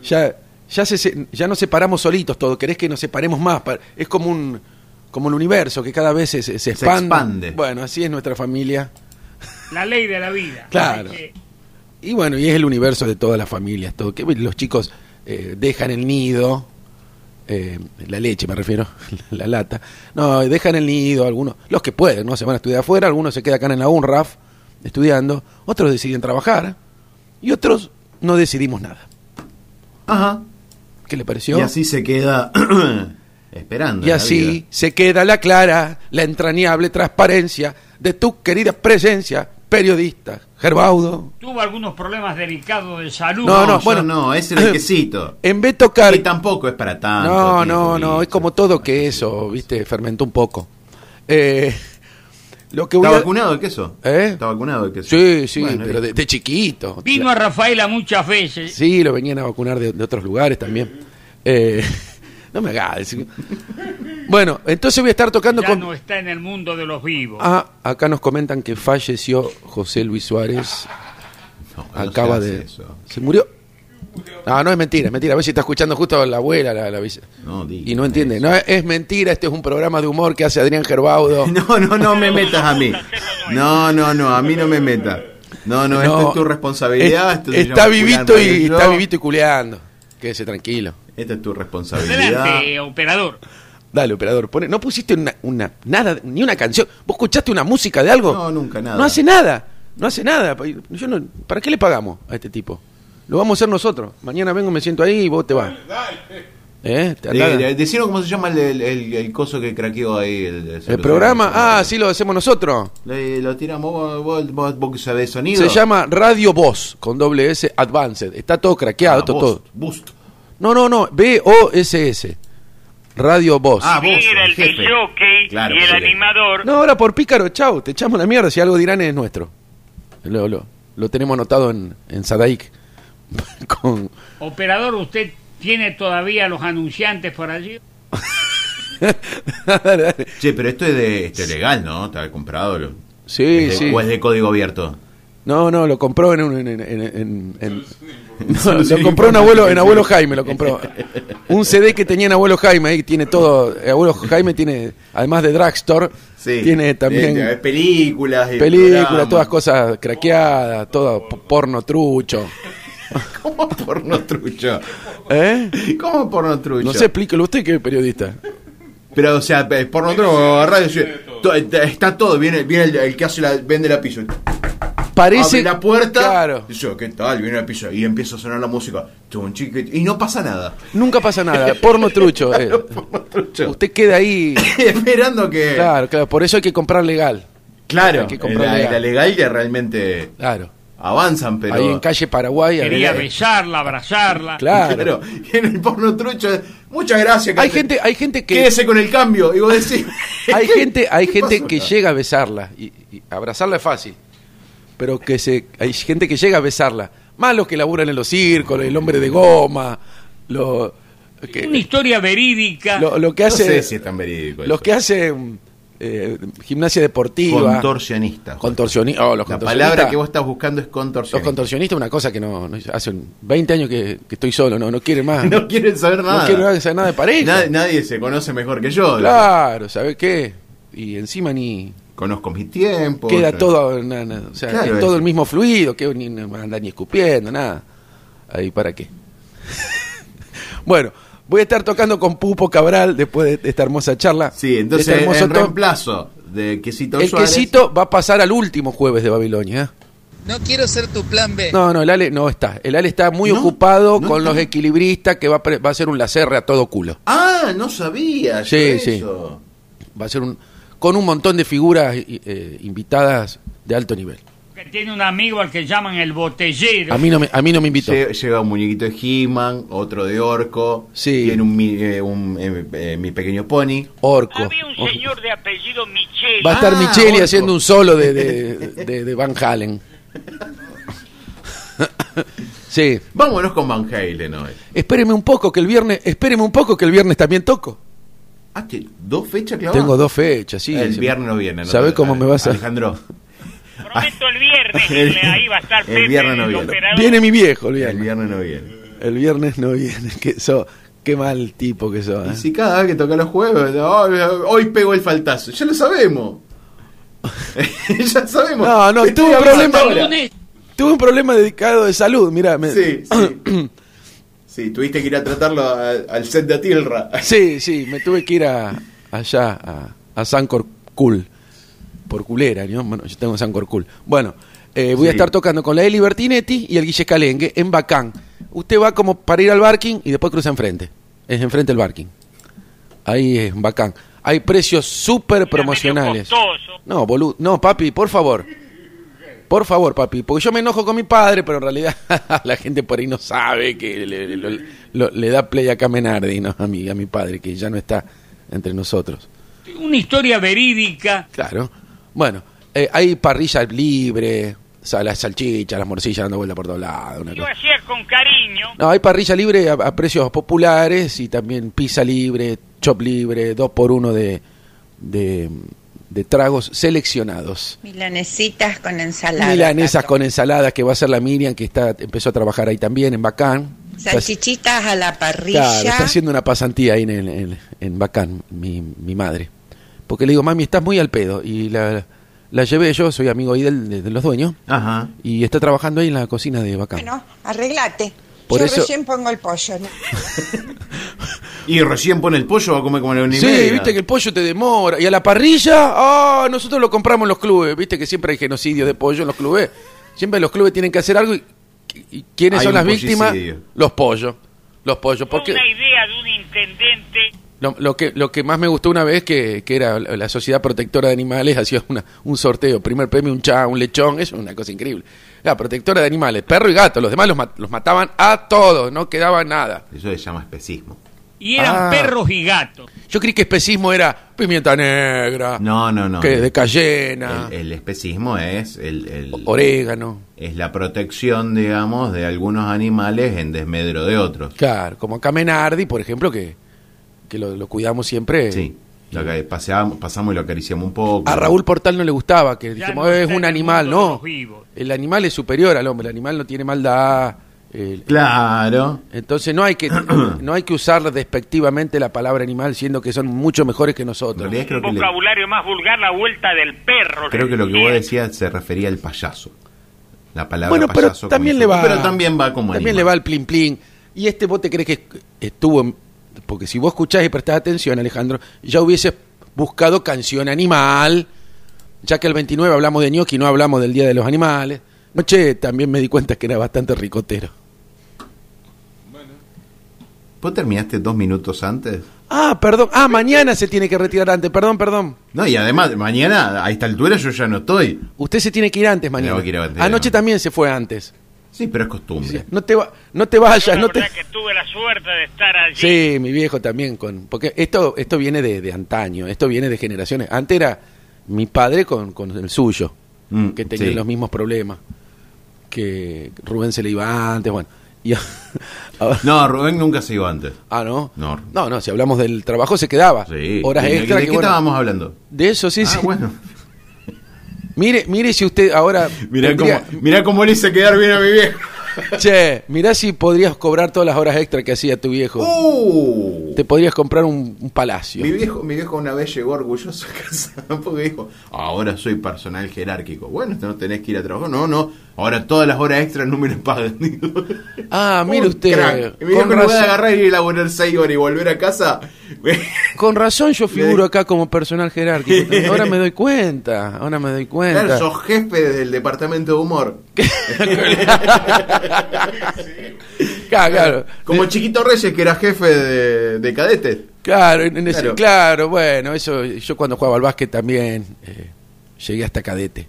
[SPEAKER 2] Ya, ya, se- se- ya nos separamos solitos todos, querés que nos separemos más. pa- Es como un como el universo que cada vez se, se, se expande.
[SPEAKER 3] expande.
[SPEAKER 2] Bueno, así es nuestra familia.
[SPEAKER 4] La ley de la vida. Eh,
[SPEAKER 2] Claro.
[SPEAKER 4] Hay que-
[SPEAKER 2] Y bueno, y es el universo de todas las familias, todo. Que los chicos eh, dejan el nido, eh, la leche me refiero, la lata. No, dejan el nido, algunos, los que pueden, ¿no? Se van a estudiar afuera, algunos se quedan acá en la UNRAF estudiando, otros deciden trabajar y otros no decidimos nada.
[SPEAKER 3] Ajá.
[SPEAKER 2] ¿Qué le pareció?
[SPEAKER 3] Y así se queda esperando.
[SPEAKER 2] Y
[SPEAKER 3] la
[SPEAKER 2] así
[SPEAKER 3] vida.
[SPEAKER 2] se queda la clara, la entrañable transparencia de tu querida presencia, periodista, Gerbaudo.
[SPEAKER 4] Tuvo algunos problemas delicados de salud.
[SPEAKER 2] No,
[SPEAKER 3] No,
[SPEAKER 2] no,
[SPEAKER 3] yo
[SPEAKER 2] bueno.
[SPEAKER 3] no, es el quesito.
[SPEAKER 2] En vez de tocar
[SPEAKER 3] Y tampoco es para tanto.
[SPEAKER 2] No,
[SPEAKER 3] tiene
[SPEAKER 2] no,
[SPEAKER 3] su
[SPEAKER 2] no,
[SPEAKER 3] bicho.
[SPEAKER 2] es como todo que eso, viste, fermentó un poco. Eh, lo que voy
[SPEAKER 3] ¿Está
[SPEAKER 2] a-
[SPEAKER 3] vacunado el queso?
[SPEAKER 2] ¿Eh?
[SPEAKER 3] ¿Está vacunado el queso?
[SPEAKER 2] Sí, sí,
[SPEAKER 3] Bueno,
[SPEAKER 2] pero de,
[SPEAKER 3] listo.
[SPEAKER 2] de chiquito.
[SPEAKER 4] Vino a Rafaela muchas veces.
[SPEAKER 2] Sí, lo venían a vacunar de, de otros lugares también. Eh, no me hagas. decir- Bueno, entonces voy a estar tocando
[SPEAKER 4] Ya
[SPEAKER 2] con...
[SPEAKER 4] no está en el mundo de los vivos.
[SPEAKER 2] Ah, acá nos comentan que falleció José Luis Suárez.
[SPEAKER 3] No, Ah, no
[SPEAKER 2] Acaba
[SPEAKER 3] se hace
[SPEAKER 2] de...
[SPEAKER 3] eso.
[SPEAKER 2] ¿Se murió? Ah, No, no es mentira, es mentira. A ver si está escuchando justo a la abuela, la, la vice-
[SPEAKER 3] No, diga
[SPEAKER 2] y no entiende.
[SPEAKER 3] eso.
[SPEAKER 2] No, es mentira, este es un programa de humor que hace Adrián Gerbaudo.
[SPEAKER 3] No, no, no me metas a mí. No, no, no, a mí no me metas. No, no, esto es tu responsabilidad.
[SPEAKER 2] Es-
[SPEAKER 3] esto se
[SPEAKER 2] está
[SPEAKER 3] llama
[SPEAKER 2] vivito
[SPEAKER 3] cuidar
[SPEAKER 2] y
[SPEAKER 3] yo.
[SPEAKER 2] está vivito y culeando. Quédese tranquilo.
[SPEAKER 3] Esta es tu responsabilidad.
[SPEAKER 4] Adelante, operador.
[SPEAKER 2] Dale, operador, pone. No pusiste una, una- nada, ni una canción. ¿Vos escuchaste una música de algo?
[SPEAKER 3] No, nunca nada.
[SPEAKER 2] No hace nada. No hace nada. Pa- yo no- ¿Para qué le pagamos a este tipo? Lo vamos a hacer nosotros. Mañana vengo, me siento ahí y vos te vas. ¿Eh? Te andás.
[SPEAKER 3] Eh, decinos cómo se llama el, el, el- el coso que craqueó ahí. El, el
[SPEAKER 2] El
[SPEAKER 3] celular.
[SPEAKER 2] programa, ah, sí lo hacemos nosotros.
[SPEAKER 3] Le- Lo, tiramos, vos, vos, vos, vos que sabés sonido.
[SPEAKER 2] Se llama Radio Voz con doble S Advanced. Está todo craqueado,
[SPEAKER 3] Ah,
[SPEAKER 2] todo,
[SPEAKER 3] Boost,
[SPEAKER 2] todo.
[SPEAKER 3] Boost.
[SPEAKER 2] No, no, no. B-O-S-S. Radio Voz.
[SPEAKER 3] Ah, vos,
[SPEAKER 6] Mira el
[SPEAKER 3] jefe.
[SPEAKER 6] disjockey
[SPEAKER 3] Claro,
[SPEAKER 6] y el
[SPEAKER 3] mire.
[SPEAKER 6] animador.
[SPEAKER 2] No, ahora por pícaro, chau. Te echamos la mierda. Si algo dirán es nuestro. Lo, lo- lo tenemos anotado en, en Sadaik. Con-
[SPEAKER 4] Operador, ¿usted tiene todavía los anunciantes por allí?
[SPEAKER 3] Che, pero esto es de esto es legal, ¿no? Está comprado. Lo,
[SPEAKER 2] Sí,
[SPEAKER 3] es de-
[SPEAKER 2] sí.
[SPEAKER 3] O es de código abierto.
[SPEAKER 2] No, no, lo compró en un. en- en- en- en- en- No,
[SPEAKER 3] Solución
[SPEAKER 2] lo compró en
[SPEAKER 3] informática.
[SPEAKER 2] abuelo, en abuelo Jaime, lo compró. Un CD que tenía en abuelo Jaime, ahí tiene todo. eh, Abuelo Jaime tiene, además de Dragstore, tiene también.
[SPEAKER 3] Eh, películas. y
[SPEAKER 2] Películas,
[SPEAKER 3] programas.
[SPEAKER 2] todas cosas craqueadas, todo po- porno trucho.
[SPEAKER 3] ¿Cómo porno trucho?
[SPEAKER 2] ¿Eh?
[SPEAKER 3] ¿Cómo porno trucho?
[SPEAKER 2] No sé, explíquelo usted que es periodista.
[SPEAKER 3] Pero, o sea, eh, porno trucho, radio. sí, to- está- Está todo. Viene, viene el, el que hace la, vende la piso.
[SPEAKER 2] Parece.
[SPEAKER 3] Abre la puerta.
[SPEAKER 2] Claro.
[SPEAKER 3] Dice, ¿qué tal? Viene la piso. Y empieza a sonar la música. Chun, chiqui, Y no pasa nada.
[SPEAKER 2] Nunca pasa nada, porno trucho. eh.
[SPEAKER 3] Porno trucho.
[SPEAKER 2] Usted queda ahí.
[SPEAKER 3] Esperando que. Claro.
[SPEAKER 2] Claro, claro, por eso hay que comprar legal. hay que comprar
[SPEAKER 3] la,
[SPEAKER 2] legal.
[SPEAKER 3] la legal que realmente
[SPEAKER 2] Claro.
[SPEAKER 3] avanzan, pero.
[SPEAKER 2] Ahí en calle Paraguay.
[SPEAKER 4] Quería
[SPEAKER 2] había-
[SPEAKER 4] besarla, abrazarla.
[SPEAKER 2] Claro.
[SPEAKER 3] Claro, y en el porno trucho, muchas gracias.
[SPEAKER 2] Hay
[SPEAKER 3] Carmen.
[SPEAKER 2] gente, hay gente que.
[SPEAKER 3] Quédese con el cambio. Y vos decís,
[SPEAKER 2] Hay gente, hay
[SPEAKER 3] ¿qué
[SPEAKER 2] gente
[SPEAKER 3] pasó
[SPEAKER 2] que
[SPEAKER 3] acá?
[SPEAKER 2] llega a besarla y, y abrazarla es fácil, pero que se, hay gente que llega a besarla, más los que laburan en los círculos, el hombre de goma, lo
[SPEAKER 4] Una
[SPEAKER 2] que,
[SPEAKER 4] historia verídica.
[SPEAKER 2] lo, lo que
[SPEAKER 3] No sé
[SPEAKER 2] hace,
[SPEAKER 3] si es tan verídico.
[SPEAKER 2] los
[SPEAKER 3] eso.
[SPEAKER 2] que hacen eh, gimnasia deportiva.
[SPEAKER 3] Contorsionista.
[SPEAKER 2] Contorsioni- oh, los
[SPEAKER 3] la
[SPEAKER 2] contorsionistas.
[SPEAKER 3] palabra que vos estás buscando es
[SPEAKER 2] Los
[SPEAKER 3] contorsionista.
[SPEAKER 2] contorsionistas, una cosa que no, no- hace un- 20 años que, que estoy solo, no, no quieren más.
[SPEAKER 3] No quieren saber nada.
[SPEAKER 2] No quiero saber nada de pareja.
[SPEAKER 3] Nadie, nadie se conoce mejor que yo.
[SPEAKER 2] Claro, ¿sabes qué? Y encima ni
[SPEAKER 3] Conozco mis tiempos.
[SPEAKER 2] queda
[SPEAKER 3] yo-
[SPEAKER 2] todo, na- na- o sea,
[SPEAKER 3] Claro,
[SPEAKER 2] que todo
[SPEAKER 3] es-
[SPEAKER 2] el mismo fluido, que ni no anda ni escupiendo, nada. Ahí para qué. bueno, voy a estar tocando con Pupo Cabral después de esta hermosa charla.
[SPEAKER 3] Sí, entonces
[SPEAKER 2] De este hermoso
[SPEAKER 3] en
[SPEAKER 2] top.
[SPEAKER 3] reemplazo de quesito
[SPEAKER 2] el
[SPEAKER 3] Suárez.
[SPEAKER 2] quesito va a pasar al último jueves de Babilonia. ¿eh?
[SPEAKER 8] No quiero ser tu plan B.
[SPEAKER 2] No, no, el Ale no está. El Ale está muy
[SPEAKER 3] No,
[SPEAKER 2] ocupado
[SPEAKER 3] no
[SPEAKER 2] con
[SPEAKER 3] está.
[SPEAKER 2] los equilibristas que va a, pre- va a hacer un lacerre a todo culo.
[SPEAKER 3] Ah, no sabía. yo
[SPEAKER 2] Sí,
[SPEAKER 3] eso.
[SPEAKER 2] Va a ser un con un montón de figuras eh, eh, invitadas de alto nivel.
[SPEAKER 4] Que tiene un amigo al que llaman el botellero.
[SPEAKER 2] A mí no me, a mí no me invitó.
[SPEAKER 3] Lle- Llega un muñequito de He-Man, otro de Orco.
[SPEAKER 2] Sí.
[SPEAKER 3] Tiene un, mi, eh, un, eh, eh, mi pequeño pony.
[SPEAKER 2] Orco.
[SPEAKER 6] Había un
[SPEAKER 2] Orco.
[SPEAKER 6] señor de apellido Michel.
[SPEAKER 2] Va a estar
[SPEAKER 3] Ah,
[SPEAKER 2] Micheli
[SPEAKER 3] Orco.
[SPEAKER 2] haciendo un solo de, de, de- de Van Halen. sí.
[SPEAKER 3] Vámonos con Van Halen hoy.
[SPEAKER 2] Espéreme un poco que el viernes, espéreme un poco que el viernes también toco.
[SPEAKER 3] Ah, ¿te- ¿Dos fechas, claro?
[SPEAKER 2] Tengo dos fechas, sí.
[SPEAKER 3] El viernes no viene. ¿no?
[SPEAKER 2] ¿Sabes cómo me vas a
[SPEAKER 3] Alejandro.
[SPEAKER 6] Prometo el viernes que ahí va a estar
[SPEAKER 3] El
[SPEAKER 6] Pepe,
[SPEAKER 3] viernes no
[SPEAKER 6] el
[SPEAKER 3] viene.
[SPEAKER 6] operador.
[SPEAKER 2] Viene mi viejo, el
[SPEAKER 3] El
[SPEAKER 2] viernes.
[SPEAKER 3] viernes no viene.
[SPEAKER 2] El viernes no viene, que so, qué mal tipo que sos. ¿eh?
[SPEAKER 3] Y si cada vez que toca los jueves, "Oh, hoy pego el faltazo. Ya lo sabemos. ya sabemos.
[SPEAKER 2] No, no,
[SPEAKER 3] Te
[SPEAKER 2] tuvo
[SPEAKER 3] estoy
[SPEAKER 2] un problema.
[SPEAKER 3] hablando ahora.
[SPEAKER 4] Lunes,
[SPEAKER 2] Tuve un problema dedicado de salud, mira, me-
[SPEAKER 3] Sí, sí. Sí, tuviste que ir a tratarlo a- al set de Atilra.
[SPEAKER 2] Sí, sí, me tuve que ir a, allá, a, a San Corcul. Por culera, ¿no? Bueno, yo tengo San Corcul. Bueno, eh, voy a
[SPEAKER 3] Sí.
[SPEAKER 2] estar tocando con la Eli Bertinetti y el Guille Calengue en Bacán. Usted va como para ir al barking y después cruza enfrente. Es enfrente el barking. Ahí es Bacán. Hay precios súper promocionales.
[SPEAKER 6] medio costoso.
[SPEAKER 2] No, boludo. No, papi, por favor. Por favor, papi, porque yo me enojo con mi padre, pero en realidad la gente por ahí no sabe que le, lo- lo- le da play a Camenardi, ¿no? a, mi, a mi padre, que ya no está entre nosotros.
[SPEAKER 4] Una historia verídica.
[SPEAKER 2] Claro. Bueno, eh, hay parrilla libre, o sea, las salchichas, las morcillas dando vuelta por todos lados. una
[SPEAKER 6] Yo
[SPEAKER 2] cosa.
[SPEAKER 6] hacía con cariño.
[SPEAKER 2] No, hay parrilla libre a, a precios populares y también pizza libre, chop libre, dos por uno de, de, de tragos seleccionados.
[SPEAKER 7] Milanesitas con ensalada.
[SPEAKER 2] Milanesas
[SPEAKER 7] Tato.
[SPEAKER 2] con ensaladas que va a hacer la Miriam, que está empezó a trabajar ahí también, en Bacán. Está-
[SPEAKER 7] Salchichitas a la parrilla.
[SPEAKER 2] claro, está haciendo una pasantía ahí en, el- en- en Bacán, mi, mi madre. Porque le digo, mami, estás muy al pedo. Y la, la llevé yo, soy amigo ahí del- de, de los dueños,
[SPEAKER 3] Ajá.
[SPEAKER 2] y está trabajando ahí en la cocina de Bacán.
[SPEAKER 9] Bueno, arreglate.
[SPEAKER 2] Por
[SPEAKER 9] Yo
[SPEAKER 2] eso-
[SPEAKER 9] recién pongo el pollo. ¿no?
[SPEAKER 3] Y recién pone el pollo, va a comer como la una y
[SPEAKER 2] Sí,
[SPEAKER 3] media.
[SPEAKER 2] viste que el pollo te demora. Y a la parrilla, ah, nosotros lo compramos en los clubes. Viste que siempre hay genocidio de pollo en los clubes. Siempre los clubes tienen que hacer algo. ¿Y, y quiénes
[SPEAKER 3] Hay
[SPEAKER 2] son
[SPEAKER 3] un
[SPEAKER 2] las víctimas?
[SPEAKER 3] pollicidio.
[SPEAKER 2] Los pollos. Los pollos. Porque
[SPEAKER 6] Una idea de un intendente
[SPEAKER 2] lo, lo que, lo que más me gustó una vez que, que era la la Sociedad Protectora de Animales hacía una- un sorteo. Primer premio, un chá, un lechón. Es una cosa increíble. La protectora de animales, perro y gato. Los demás los, ma- los mataban a todos. No quedaba nada.
[SPEAKER 3] Eso se llama especismo.
[SPEAKER 4] Y eran
[SPEAKER 2] Ah.
[SPEAKER 4] perros y gatos.
[SPEAKER 2] Yo creí que especismo era pimienta negra.
[SPEAKER 3] No, no, no.
[SPEAKER 2] Que Ah. de ah? cayena.
[SPEAKER 3] El, el especismo es el, el-
[SPEAKER 2] orégano.
[SPEAKER 3] es la protección, digamos, de algunos animales en desmedro de otros.
[SPEAKER 2] Claro, como Camenardi, por ejemplo, que, que lo, lo cuidamos siempre.
[SPEAKER 3] Sí. Lo que paseamos- pasamos y lo acariciamos un poco.
[SPEAKER 2] A Ah, Raúl Portal no le gustaba, que
[SPEAKER 4] Ya
[SPEAKER 2] dijimos,
[SPEAKER 4] no
[SPEAKER 2] es
[SPEAKER 4] está en
[SPEAKER 2] un
[SPEAKER 4] el
[SPEAKER 2] animal,
[SPEAKER 4] mundo de
[SPEAKER 2] no.
[SPEAKER 4] los vivos.
[SPEAKER 2] El animal es superior al hombre, el animal no tiene maldad. el-
[SPEAKER 3] Claro.
[SPEAKER 2] entonces no hay que no hay que usar despectivamente la palabra animal, siendo que son mucho mejores que
[SPEAKER 3] En
[SPEAKER 2] nosotros.
[SPEAKER 3] realidad creo
[SPEAKER 6] un
[SPEAKER 3] que, le-
[SPEAKER 6] vocabulario más vulgar, la vuelta del perro.
[SPEAKER 3] creo que lo que
[SPEAKER 6] Sí.
[SPEAKER 3] vos decías se refería al payaso. La palabra
[SPEAKER 2] Bueno, pero
[SPEAKER 3] payaso como
[SPEAKER 2] también le
[SPEAKER 3] insulto,
[SPEAKER 2] va.
[SPEAKER 3] Pero también va como
[SPEAKER 2] También
[SPEAKER 3] animal.
[SPEAKER 2] le va el plin plin. Y este vos te crees que estuvo. en- porque si vos escuchás y prestás atención, Alejandro, ya hubieses buscado canción animal. Ya que el 29 hablamos de ñoqui, no hablamos del Día de los Animales. Noche también me di cuenta que era bastante ricotero.
[SPEAKER 3] ¿Vos terminaste dos minutos antes?
[SPEAKER 2] Ah, perdón. Ah, mañana se tiene que retirar antes. Perdón, perdón.
[SPEAKER 3] No, y además, mañana a esta altura yo ya no estoy.
[SPEAKER 2] Usted se tiene que ir antes mañana.
[SPEAKER 3] Tengo que ir antes,
[SPEAKER 2] Anoche
[SPEAKER 3] digamos.
[SPEAKER 2] también se fue antes.
[SPEAKER 3] Sí, pero es costumbre.
[SPEAKER 2] No te, va- no te
[SPEAKER 6] Yo
[SPEAKER 2] vayas,
[SPEAKER 6] la
[SPEAKER 2] no te...
[SPEAKER 6] verdad que tuve la suerte de estar allí.
[SPEAKER 2] Sí, mi viejo también con porque esto esto viene de, de antaño, esto viene de generaciones. Antes era mi padre con, con el suyo,
[SPEAKER 3] Mm,
[SPEAKER 2] que tenían
[SPEAKER 3] sí.
[SPEAKER 2] los mismos problemas, que Rubén se le iba antes, bueno. Y a-
[SPEAKER 3] No, Rubén nunca se iba antes.
[SPEAKER 2] Ah, ¿no?
[SPEAKER 3] No.
[SPEAKER 2] No, no, si hablamos del trabajo se quedaba.
[SPEAKER 3] Sí.
[SPEAKER 2] Horas
[SPEAKER 3] ¿Y de-
[SPEAKER 2] extra.
[SPEAKER 3] ¿De
[SPEAKER 2] que
[SPEAKER 3] qué
[SPEAKER 2] bueno,
[SPEAKER 3] estábamos hablando?
[SPEAKER 2] De eso, sí,
[SPEAKER 3] Ah,
[SPEAKER 2] sí.
[SPEAKER 3] bueno.
[SPEAKER 2] Mire, mire si usted ahora...
[SPEAKER 3] Mirá,
[SPEAKER 2] tendría-
[SPEAKER 3] cómo, mirá cómo le hice quedar bien a mi viejo.
[SPEAKER 2] Che, mirá si podrías cobrar todas las horas extra que hacía tu viejo.
[SPEAKER 3] Uh.
[SPEAKER 2] Te podrías comprar un, un palacio.
[SPEAKER 3] Mi viejo, mi viejo una vez llegó orgulloso a casa porque dijo, ahora soy personal jerárquico. Bueno, no tenés que ir a trabajar. No, no, ahora todas las horas extras no me las pagan. Digo,
[SPEAKER 2] Ah, mire
[SPEAKER 3] un
[SPEAKER 2] usted.
[SPEAKER 3] crack. Mi viejo
[SPEAKER 2] Con
[SPEAKER 3] en lugar de
[SPEAKER 2] razón,
[SPEAKER 3] agarrar y ir a laburar 6 horas y volver a casa.
[SPEAKER 2] con razón yo figuro acá como personal jerárquico. Ahora me doy cuenta. Ahora me doy
[SPEAKER 3] Claro,
[SPEAKER 2] cuenta.
[SPEAKER 3] sos jefe del departamento de humor.
[SPEAKER 2] Claro, claro.
[SPEAKER 3] Como Chiquito Reyes, que era jefe de, de cadetes.
[SPEAKER 2] Claro, en- en ese- claro.
[SPEAKER 3] Claro.
[SPEAKER 2] bueno, eso yo cuando jugaba al básquet también eh, llegué hasta cadete.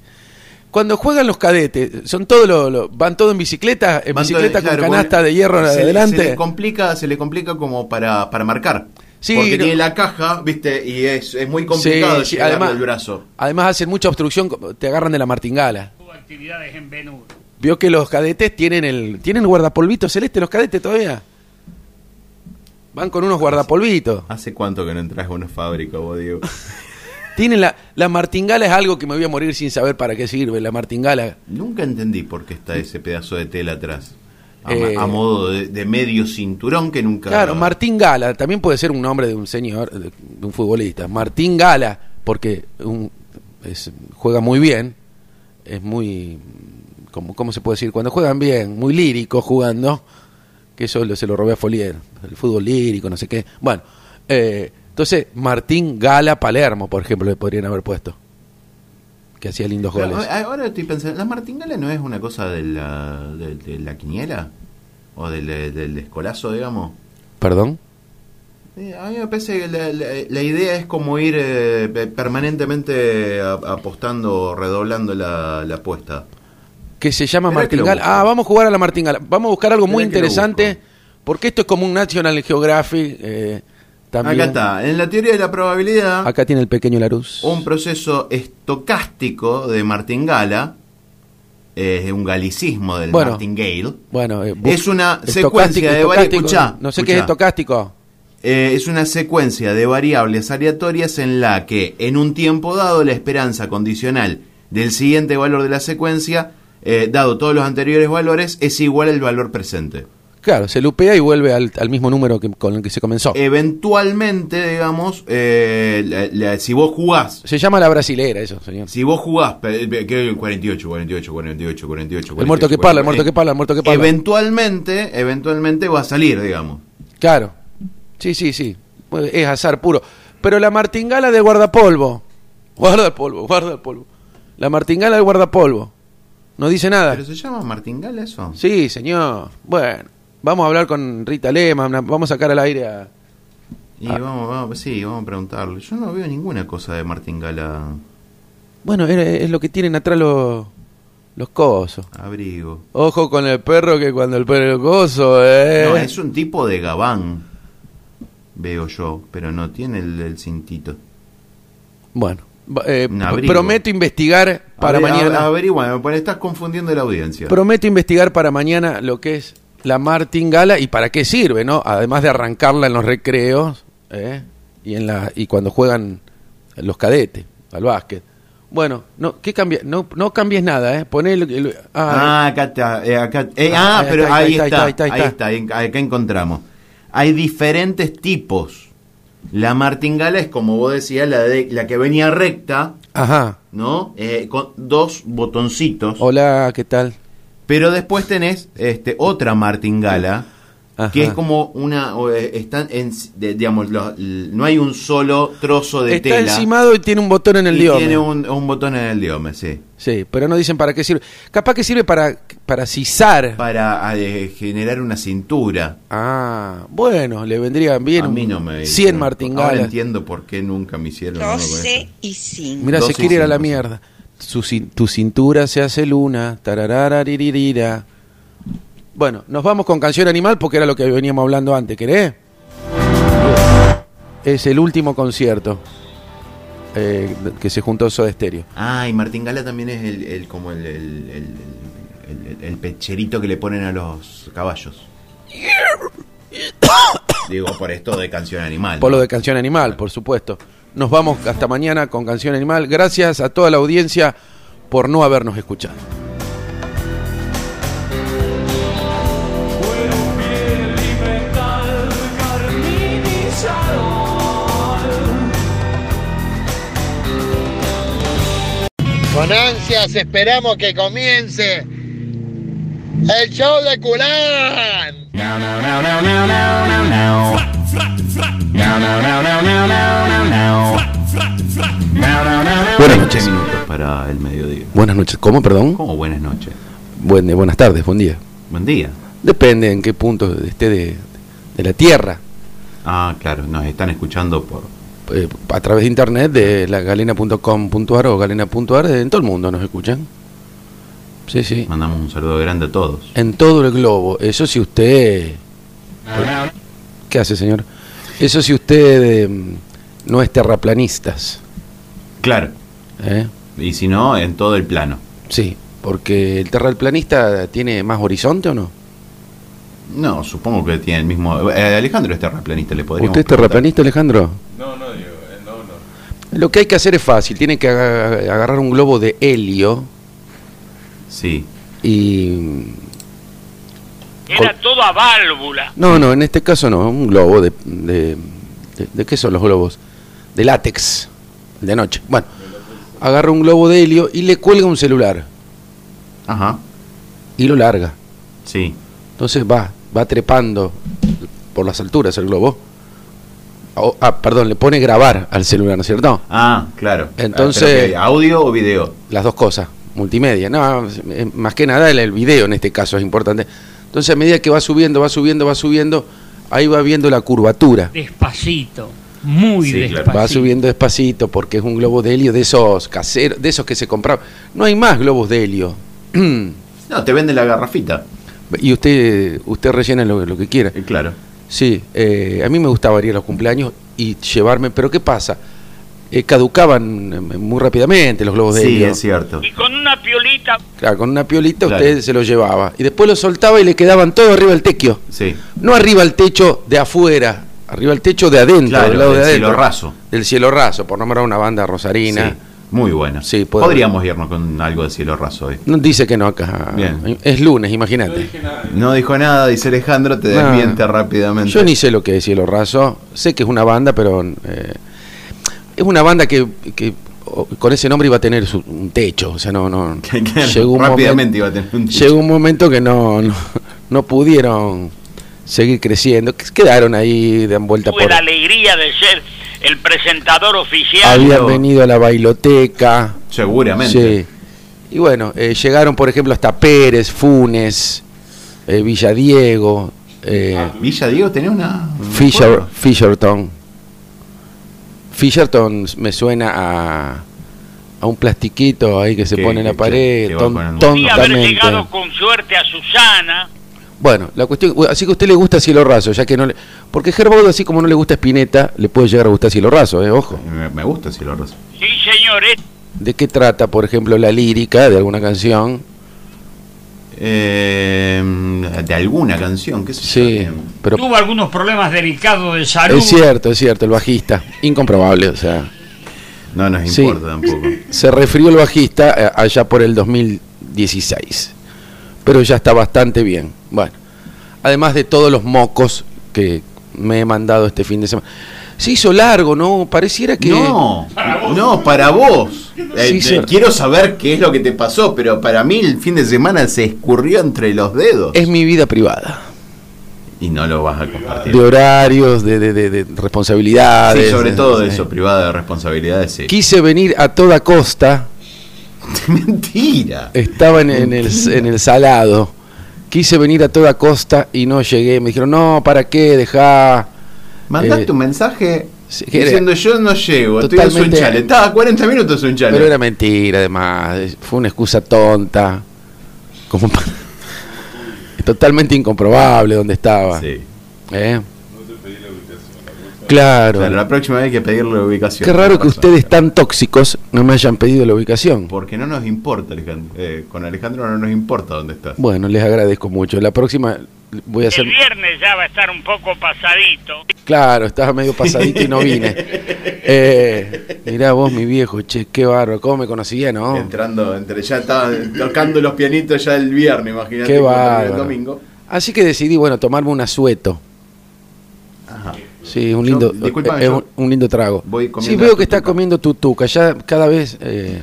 [SPEAKER 2] Cuando juegan los cadetes, son todos los, los- van todos en bicicleta, en
[SPEAKER 3] Manto de-
[SPEAKER 2] bicicleta
[SPEAKER 3] claro,
[SPEAKER 2] con canasta
[SPEAKER 3] bueno,
[SPEAKER 2] de hierro
[SPEAKER 3] se le-
[SPEAKER 2] adelante.
[SPEAKER 3] Se le complica, se le complica como para, para marcar.
[SPEAKER 2] Sí,
[SPEAKER 3] porque
[SPEAKER 2] no.
[SPEAKER 3] tiene la caja, viste, y es, es muy complicado
[SPEAKER 2] Sí, sí,
[SPEAKER 3] llegarle el brazo.
[SPEAKER 2] Además hacen mucha obstrucción, te agarran de la martingala.
[SPEAKER 4] Hubo actividades en Benur.
[SPEAKER 2] Vio que los cadetes tienen el tienen guardapolvito celeste los cadetes todavía. Van con unos guardapolvitos.
[SPEAKER 3] ¿Hace cuánto que no entras a una fábrica vos, Diego?
[SPEAKER 2] Tienen la la martingala es algo que me voy a morir sin saber para qué sirve la martingala.
[SPEAKER 3] Nunca entendí por qué está ese pedazo de tela atrás. A, ma-
[SPEAKER 2] Eh.
[SPEAKER 3] a modo de, de medio cinturón que nunca...
[SPEAKER 2] Claro, Martín Gala, también puede ser un nombre de un señor, de de un futbolista. Martín Gala, porque un- es- juega muy bien, es muy, ¿cómo, cómo se puede decir? Cuando juegan bien, muy lírico jugando, que eso lo- se lo robé a Folier, el fútbol lírico, no sé qué. Bueno, eh, entonces Martín Gala Palermo, por ejemplo, le podrían haber puesto, que hacía lindos
[SPEAKER 3] Pero eh,
[SPEAKER 2] goles.
[SPEAKER 3] a- ahora estoy pensando, ¿la martingala no es una cosa de la, de, de la quiniela? ¿O del, del escolazo, digamos?
[SPEAKER 2] ¿Perdón?
[SPEAKER 3] Eh, A mí me parece que la, la- la idea es como ir eh, pe- permanentemente a- apostando, redoblando la, la apuesta.
[SPEAKER 2] que se llama
[SPEAKER 3] Mirá que lo
[SPEAKER 2] Martingala.
[SPEAKER 3] busco.
[SPEAKER 2] Ah, vamos a jugar a la Martingala. Vamos a buscar algo muy
[SPEAKER 3] Mirá que lo
[SPEAKER 2] interesante,
[SPEAKER 3] busco.
[SPEAKER 2] porque esto es como un National Geographic. eh, también.
[SPEAKER 3] Acá está, en la teoría de la probabilidad,
[SPEAKER 2] Acá tiene el pequeño Larus.
[SPEAKER 3] un proceso estocástico de martingala, es un galicismo del
[SPEAKER 2] Bueno.
[SPEAKER 3] martingale,
[SPEAKER 2] Bueno, eh,
[SPEAKER 3] Es una
[SPEAKER 2] estocástico-
[SPEAKER 3] secuencia de varias-
[SPEAKER 2] estocástico,
[SPEAKER 3] escuchá,
[SPEAKER 2] No sé
[SPEAKER 3] escuchá.
[SPEAKER 2] qué es estocástico.
[SPEAKER 3] Eh, es una secuencia de variables aleatorias en la que, en un tiempo dado, la esperanza condicional del siguiente valor de la secuencia, eh, dado todos los anteriores valores, es igual al valor presente.
[SPEAKER 2] Claro, se lupea y vuelve al, al mismo número que, con el que se comenzó.
[SPEAKER 3] Eh, Eventualmente, digamos, eh, la- la- si vos jugás,
[SPEAKER 2] se llama la brasilera, eso, señor.
[SPEAKER 3] si vos jugás, pe- pe- que 48, 48, 48, 48,
[SPEAKER 2] El muerto que parla, el
[SPEAKER 3] Eh,
[SPEAKER 2] muerto que parla, el muerto que parla.
[SPEAKER 3] Eventualmente, eventualmente va a salir, digamos.
[SPEAKER 2] Eh. Claro. Sí, sí, sí. Bueno, Es azar puro. Pero la martingala del guardapolvo. Guarda el polvo, guarda el polvo. La martingala del guardapolvo. No dice nada.
[SPEAKER 3] ¿Pero se llama martingala eso?
[SPEAKER 2] Sí, señor. Bueno, vamos a hablar con Rita Lema. Vamos a sacar al aire a.
[SPEAKER 3] Y
[SPEAKER 2] Ah.
[SPEAKER 3] vamos, vamos, sí, vamos a preguntarle. Yo no veo ninguna cosa de martingala
[SPEAKER 2] Bueno, era- es lo que tienen atrás los, los cosos.
[SPEAKER 3] abrigo.
[SPEAKER 2] Ojo con el perro que cuando el perro coso, eh.
[SPEAKER 3] No, es un tipo de gabán, veo yo, pero no tiene el, el cintito.
[SPEAKER 2] Bueno, va- eh,
[SPEAKER 3] Un abrigo.
[SPEAKER 2] prometo investigar para
[SPEAKER 3] A ver,
[SPEAKER 2] mañana.
[SPEAKER 3] a- Averigua, porque estás confundiendo la audiencia.
[SPEAKER 2] Prometo investigar para mañana lo que es la martingala y para qué sirve, ¿no? Además de arrancarla en los recreos ¿eh? y en la y cuando juegan los cadetes al básquet. Bueno, no ¿qué cambia? No no cambies nada, ¿eh? Poné el, el- ah,
[SPEAKER 3] Ah, acá está. eh, acá- eh, ah,
[SPEAKER 2] Ah, ahí
[SPEAKER 3] pero
[SPEAKER 2] está,
[SPEAKER 3] ahí, está,
[SPEAKER 2] ahí está, ahí
[SPEAKER 3] ahí
[SPEAKER 2] está.
[SPEAKER 3] está, ahí en- acá encontramos. Hay diferentes tipos. La martingala es, como vos decías, la, de, la que venía recta,
[SPEAKER 2] ajá.
[SPEAKER 3] ¿no? Eh, con dos botoncitos.
[SPEAKER 2] Hola, ¿qué tal?
[SPEAKER 3] Pero después tenés este, otra martingala,
[SPEAKER 2] Ajá.
[SPEAKER 3] que es como una... o, eh, Están en, de- digamos, lo- l- no hay un solo trozo de
[SPEAKER 2] Está
[SPEAKER 3] tela.
[SPEAKER 2] encimado y tiene un botón en el
[SPEAKER 3] y
[SPEAKER 2] diome.
[SPEAKER 3] tiene un, un botón en el diome, sí.
[SPEAKER 2] Sí, pero no dicen para qué sirve. Capaz que sirve para para sisar.
[SPEAKER 3] Para eh, generar una cintura.
[SPEAKER 2] ah, bueno, le vendrían bien
[SPEAKER 3] a
[SPEAKER 2] un-
[SPEAKER 3] mí no me...
[SPEAKER 2] 100
[SPEAKER 3] no, Ahora
[SPEAKER 2] martingalas.
[SPEAKER 3] entiendo por qué nunca me hicieron uno con eso.
[SPEAKER 7] 12 y 5.
[SPEAKER 2] Mira,
[SPEAKER 3] Dos
[SPEAKER 2] se
[SPEAKER 3] y
[SPEAKER 2] quiere ir a la
[SPEAKER 3] cinco, sí.
[SPEAKER 2] mierda. Su cin- tu cintura se hace luna. tarararariririra. Bueno, nos vamos con Canción Animal porque era lo que veníamos hablando antes, ¿querés? Es el último concierto eh, que se juntó Soda Stereo.
[SPEAKER 3] Ah, y martingala también es el, el- como el, el- el- el- el- el pecherito que le ponen a los caballos. Digo, por esto de canción animal.
[SPEAKER 2] Por lo de Canción Animal, por supuesto. Nos vamos hasta mañana con Canción Animal. Gracias a toda la audiencia por no habernos escuchado.
[SPEAKER 1] Con ansias esperamos que comience el show de Culán.
[SPEAKER 3] No, no, no, no, no, no, no, no. No, no, no, no, no, no, no, no. No, no, no, no.
[SPEAKER 2] Buenas noches.
[SPEAKER 3] 20 minutos para el mediodía.
[SPEAKER 2] Buenas noches. ¿Cómo, perdón?
[SPEAKER 3] ¿Cómo buenas noches?
[SPEAKER 2] Buen- buenas tardes, buen día.
[SPEAKER 3] Buen día.
[SPEAKER 2] Depende en qué punto esté de, de la Tierra.
[SPEAKER 3] Ah, claro, nos están escuchando por...
[SPEAKER 2] Eh, a través de internet, de la galena.com.ar o galena.ar, en todo el mundo nos escuchan. Sí, sí.
[SPEAKER 3] Mandamos un saludo grande a todos.
[SPEAKER 2] En todo el globo. Eso si usted... ¿Qué hace, señor? Eso si usted eh, no es terraplanistas.
[SPEAKER 3] Claro.
[SPEAKER 2] ¿eh?
[SPEAKER 3] Y si no, en todo el plano.
[SPEAKER 2] Sí, porque el terraplanista tiene más horizonte o no?
[SPEAKER 3] No, supongo que tiene el mismo... eh, Alejandro es terraplanista, le podríamos
[SPEAKER 2] ¿Usted es terraplanista, Alejandro?
[SPEAKER 5] No, no, digo, eh, no, no.
[SPEAKER 2] Lo que hay que hacer es fácil. Tiene que aga- agarrar un globo de helio
[SPEAKER 3] preguntar. Sí.
[SPEAKER 2] y...
[SPEAKER 6] Era todo a válvula.
[SPEAKER 2] No, no, en este caso no. Un globo de... ¿De, de- ¿de qué son los globos? De látex. De noche. Bueno, agarra un globo de helio y le cuelga un celular
[SPEAKER 3] Ajá.
[SPEAKER 2] y lo larga.
[SPEAKER 3] Sí.
[SPEAKER 2] Entonces va, va trepando por las alturas el globo. O- ah, perdón, le pone grabar al celular, ¿no es cierto?
[SPEAKER 3] Ah, claro.
[SPEAKER 2] Entonces-
[SPEAKER 3] Ah, pero que ¿Audio o video?
[SPEAKER 2] Las dos cosas, multimedia. No, eh, más que nada el, el video en este caso es importante. Entonces a medida que va subiendo, va subiendo, va subiendo, ahí va viendo la curvatura.
[SPEAKER 4] Despacito, muy
[SPEAKER 3] Sí, claro.
[SPEAKER 4] despacito.
[SPEAKER 2] Va subiendo despacito porque es un globo de helio de esos caseros, de esos que se compraban. No hay más globos de helio.
[SPEAKER 3] No, te venden la garrafita.
[SPEAKER 2] y usted, usted rellena lo, lo que quiera.
[SPEAKER 3] Eh, claro.
[SPEAKER 2] Sí, eh, a mí me gustaba ir a los cumpleaños y llevarme, pero ¿qué pasa? Eh, caducaban eh, muy rápidamente los globos de
[SPEAKER 3] Sí,
[SPEAKER 2] helio.
[SPEAKER 3] es cierto.
[SPEAKER 6] Y con una piolita
[SPEAKER 2] Claro, con una piolita
[SPEAKER 3] Claro.
[SPEAKER 2] usted se los llevaba y después los soltaba y le quedaban todo arriba del tequio.
[SPEAKER 3] Sí.
[SPEAKER 2] No arriba al techo de afuera, arriba al techo de adentro,
[SPEAKER 3] Claro,
[SPEAKER 2] del lado
[SPEAKER 3] del
[SPEAKER 2] de
[SPEAKER 3] cielo
[SPEAKER 2] adentro.
[SPEAKER 3] raso.
[SPEAKER 2] Del cielo raso, por nombrar una banda
[SPEAKER 3] sí.
[SPEAKER 2] rosarina.
[SPEAKER 3] Muy buena.
[SPEAKER 2] Sí, puede-
[SPEAKER 3] Podríamos irnos con algo de cielo raso hoy.
[SPEAKER 2] No dice que no acá.
[SPEAKER 3] Bien.
[SPEAKER 2] Es lunes, imagínate.
[SPEAKER 3] No dijo nada, dice Alejandro, te
[SPEAKER 2] No.
[SPEAKER 3] desmiente rápidamente.
[SPEAKER 2] Yo ni sé lo que es Cielo Raso. Sé que es una banda, pero eh, es una banda que, que, o- con ese nombre iba a tener su- un techo. O sea, no, no.
[SPEAKER 3] Claro,
[SPEAKER 2] llegó un momento-
[SPEAKER 3] rápidamente iba a tener un
[SPEAKER 2] Llegó un momento que no, no, no pudieron seguir creciendo. que Quedaron ahí, dan vuelta
[SPEAKER 6] tuve
[SPEAKER 2] por.
[SPEAKER 6] la alegría de ser el presentador oficial.
[SPEAKER 2] Habían venido a la bailoteca.
[SPEAKER 3] Seguramente.
[SPEAKER 2] Sí. Y bueno, eh, llegaron, por ejemplo, hasta Pérez, Funes, eh, Villadiego, eh,
[SPEAKER 6] Ah,
[SPEAKER 3] Villa Diego tenía una. un
[SPEAKER 2] Fisher,
[SPEAKER 3] pueblo.
[SPEAKER 2] Fisherton. Fisherton me suena a, a un plastiquito ahí que se
[SPEAKER 3] Que-
[SPEAKER 2] pone en la
[SPEAKER 3] que-
[SPEAKER 2] pared,
[SPEAKER 3] que va
[SPEAKER 2] ton-
[SPEAKER 3] con el-
[SPEAKER 6] Podía haber
[SPEAKER 2] tontamente.
[SPEAKER 6] llegado con suerte a Susana.
[SPEAKER 2] Bueno, la cuestión, bueno, así que a usted le gusta Cielo Raso, ya que no le, porque Gerbaudo así como no le gusta Spinetta, le puede llegar a gustar Cielo Raso, eh, ojo.
[SPEAKER 3] Me, me gusta Cielo Raso.
[SPEAKER 6] Sí, señores.
[SPEAKER 2] ¿De qué trata, por ejemplo, la lírica de alguna canción?
[SPEAKER 3] Eh, de alguna canción, qué sé yo.
[SPEAKER 2] Sí,
[SPEAKER 3] Bien.
[SPEAKER 2] pero
[SPEAKER 4] Tuvo algunos problemas delicados de salud.
[SPEAKER 2] es cierto, es cierto, el bajista, incomprobable, o sea,
[SPEAKER 3] No nos
[SPEAKER 2] Sí.
[SPEAKER 3] importa tampoco.
[SPEAKER 2] se refirió el bajista eh, allá por el 2016. Pero ya está bastante bien. Bueno, además de todos los mocos que me he mandado este fin de semana. Se hizo largo, ¿no? Pareciera que.
[SPEAKER 3] No, no, para vos. Eh,
[SPEAKER 2] Sí,
[SPEAKER 3] te-
[SPEAKER 2] señor.
[SPEAKER 3] quiero saber qué es lo que te pasó, pero para mí el fin de semana se escurrió entre los dedos.
[SPEAKER 2] Es mi vida privada.
[SPEAKER 3] Y no lo vas a compartir.
[SPEAKER 2] De horarios, de, de- de- de responsabilidades.
[SPEAKER 3] Eh, Sí, sobre
[SPEAKER 2] de-
[SPEAKER 3] todo de
[SPEAKER 2] sí.
[SPEAKER 3] eso, privada de responsabilidades, sí.
[SPEAKER 2] Quise venir a toda costa.
[SPEAKER 3] Mentira.
[SPEAKER 2] Estaba en, en el, en el salado. Quise venir a toda costa y no llegué. Me dijeron, no, ¿para qué? Dejá.
[SPEAKER 3] Mandaste
[SPEAKER 2] eh,
[SPEAKER 3] un mensaje
[SPEAKER 2] sí, que era-
[SPEAKER 3] diciendo yo no llego, estoy en
[SPEAKER 2] Totalmente-
[SPEAKER 3] Sunchale. Estaba a 40 minutos en Sunchale.
[SPEAKER 2] Pero era mentira, además. eh, Fue una excusa tonta. Como pa- Totalmente incomprobable donde estaba.
[SPEAKER 3] Sí.
[SPEAKER 2] ¿eh? Claro.
[SPEAKER 3] Claro, la próxima vez hay que pedirle la ubicación.
[SPEAKER 2] Qué raro
[SPEAKER 3] Tenés
[SPEAKER 2] que
[SPEAKER 3] razón.
[SPEAKER 2] ustedes tan tóxicos no me hayan pedido la ubicación.
[SPEAKER 3] Porque no nos importa, Alejandro. Eh, con Alejandro no nos importa dónde estás.
[SPEAKER 2] Bueno, les agradezco mucho. La próxima voy a hacer...
[SPEAKER 6] El viernes ya va a estar un poco pasadito.
[SPEAKER 2] Claro, estaba medio pasadito y no vine. Eh, mirá vos, mi viejo, che, qué bárbaro. ¿Cómo me conocía, no?
[SPEAKER 3] Entrando, entre, ya estaban tocando los pianitos ya el viernes, imagínate.
[SPEAKER 2] Qué
[SPEAKER 3] cuando termina
[SPEAKER 2] bárbaro.
[SPEAKER 3] El domingo.
[SPEAKER 2] Así que decidí, bueno, tomarme un asueto.
[SPEAKER 3] Ajá.
[SPEAKER 2] Sí, un
[SPEAKER 3] Yo-
[SPEAKER 2] lindo,
[SPEAKER 3] disculpame,
[SPEAKER 2] eh,
[SPEAKER 3] yo-
[SPEAKER 2] un, un lindo trago.
[SPEAKER 3] Voy comiendo
[SPEAKER 2] Sí, veo
[SPEAKER 3] la
[SPEAKER 2] que está
[SPEAKER 3] tutuca.
[SPEAKER 2] comiendo tutuca, ya cada vez eh,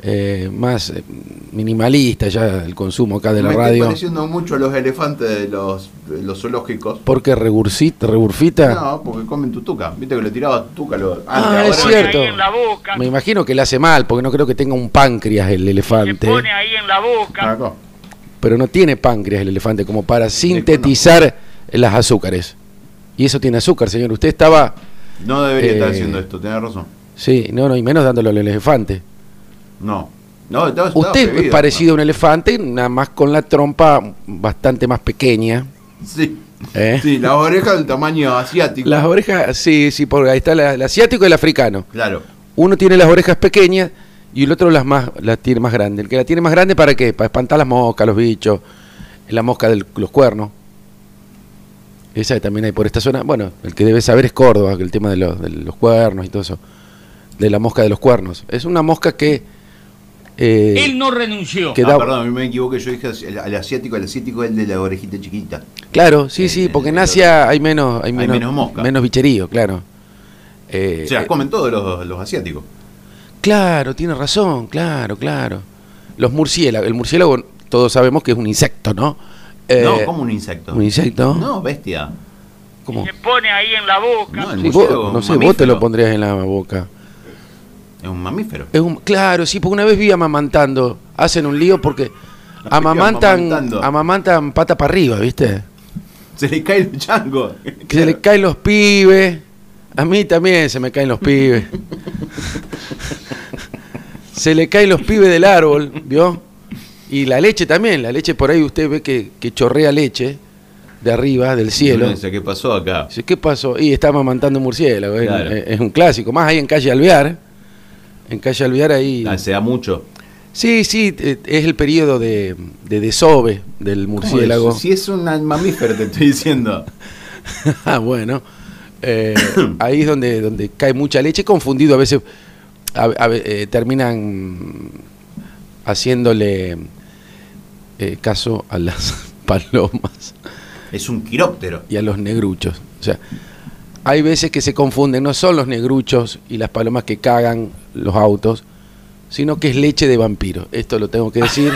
[SPEAKER 2] eh, más eh, minimalista ya el consumo acá de la
[SPEAKER 3] Me estoy
[SPEAKER 2] radio.
[SPEAKER 3] pareciendo mucho a los elefantes de los, de los zoológicos.
[SPEAKER 2] Porque regurcita, reburfita.
[SPEAKER 3] No, porque comen tutuca. Viste que le tiraba tutuca a los.
[SPEAKER 2] Ah,
[SPEAKER 3] antes,
[SPEAKER 2] es
[SPEAKER 3] ahora-
[SPEAKER 6] Pone
[SPEAKER 2] cierto.
[SPEAKER 6] Ahí en la boca,
[SPEAKER 2] Me imagino que le hace mal, porque no creo que tenga un páncreas el
[SPEAKER 6] se
[SPEAKER 2] elefante.
[SPEAKER 6] pone ahí en la boca.
[SPEAKER 3] Ah, Acá.
[SPEAKER 2] Pero no tiene páncreas el elefante como para sintetizar las azúcares. Y eso tiene azúcar, señor. Usted estaba...
[SPEAKER 3] No debería estar
[SPEAKER 2] Eh.
[SPEAKER 3] haciendo esto, tenés razón.
[SPEAKER 2] Sí, no, no, y menos dándolo al elefante.
[SPEAKER 3] No. No, estaba, estaba
[SPEAKER 2] Usted es
[SPEAKER 3] bebido,
[SPEAKER 2] parecido a un elefante, nada más con la trompa bastante más pequeña.
[SPEAKER 3] ¿no? Sí.
[SPEAKER 2] ¿eh?
[SPEAKER 3] Sí, las orejas del tamaño asiático.
[SPEAKER 2] Las orejas, sí, sí, porque ahí está la- el asiático y el africano.
[SPEAKER 3] Claro.
[SPEAKER 2] Uno tiene las orejas pequeñas y el otro las más, las tiene más grandes. El que la tiene más grande, ¿para qué? Para espantar las moscas, los bichos, la mosca de los cuernos. Esa también hay por esta zona. Bueno, el que debe saber es Córdoba, que el tema de los, de los cuernos y todo eso. De la mosca de los cuernos. Es una mosca que... eh,
[SPEAKER 4] Él no renunció.
[SPEAKER 2] que
[SPEAKER 3] Ah,
[SPEAKER 2] da-
[SPEAKER 3] perdón, a mí me equivoqué, yo dije el, al asiático, el asiático es el de la orejita chiquita.
[SPEAKER 2] Claro, sí,
[SPEAKER 3] Eh,
[SPEAKER 2] sí, porque en
[SPEAKER 3] eh,
[SPEAKER 2] Asia hay menos, hay
[SPEAKER 3] hay
[SPEAKER 2] menos,
[SPEAKER 3] menos mosca.
[SPEAKER 2] menos bicherío, claro. Eh,
[SPEAKER 3] Se las
[SPEAKER 2] eh,
[SPEAKER 3] comen todos los, los asiáticos.
[SPEAKER 2] claro, tiene razón, claro, claro. Los murciélagos, el murciélago todos sabemos que es un insecto, ¿no? Eh,
[SPEAKER 3] no, como un insecto.
[SPEAKER 2] ¿Un insecto?
[SPEAKER 3] No, bestia.
[SPEAKER 2] ¿Cómo?
[SPEAKER 6] Se pone ahí en la boca.
[SPEAKER 3] No, el
[SPEAKER 2] Sí,
[SPEAKER 3] murciélago
[SPEAKER 2] vos-
[SPEAKER 3] es
[SPEAKER 2] no
[SPEAKER 3] un
[SPEAKER 2] sé, vos te
[SPEAKER 3] mamífero.
[SPEAKER 2] lo pondrías en la boca.
[SPEAKER 3] Es un mamífero.
[SPEAKER 2] Es un, claro, sí, porque una vez vi amamantando, hacen un lío porque amamantan,
[SPEAKER 3] amamantando.
[SPEAKER 2] amamantan pata para arriba, ¿viste?
[SPEAKER 3] Se le cae el chango.
[SPEAKER 2] Que se le caen los pibes. A mí también se me caen los pibes. se le caen los pibes del árbol, ¿vio? Y la leche también, la leche por ahí usted ve que, que chorrea leche de arriba, del cielo.
[SPEAKER 3] Florencia, ¿Qué pasó acá?
[SPEAKER 2] Dice, ¿qué pasó? Y está amamantando un murciélago, es,
[SPEAKER 3] Claro.
[SPEAKER 2] es- es un clásico. Más ahí en calle Alvear. En calle Alvear ahí.
[SPEAKER 3] Ah, se da mucho.
[SPEAKER 2] Sí, sí, eh, es el periodo de, de desove del murciélago.
[SPEAKER 3] Si es un mamífero, te estoy diciendo.
[SPEAKER 2] Ah, bueno. Eh, ahí es donde, donde cae mucha leche, confundido a veces. a- a ve- eh, terminan haciéndole eh, caso a las palomas
[SPEAKER 3] Es un quiróptero.
[SPEAKER 2] y a los negruchos. O sea, hay veces que se confunden, no son los negruchos y las palomas que cagan los autos, sino que es leche de vampiro. Esto lo tengo que decir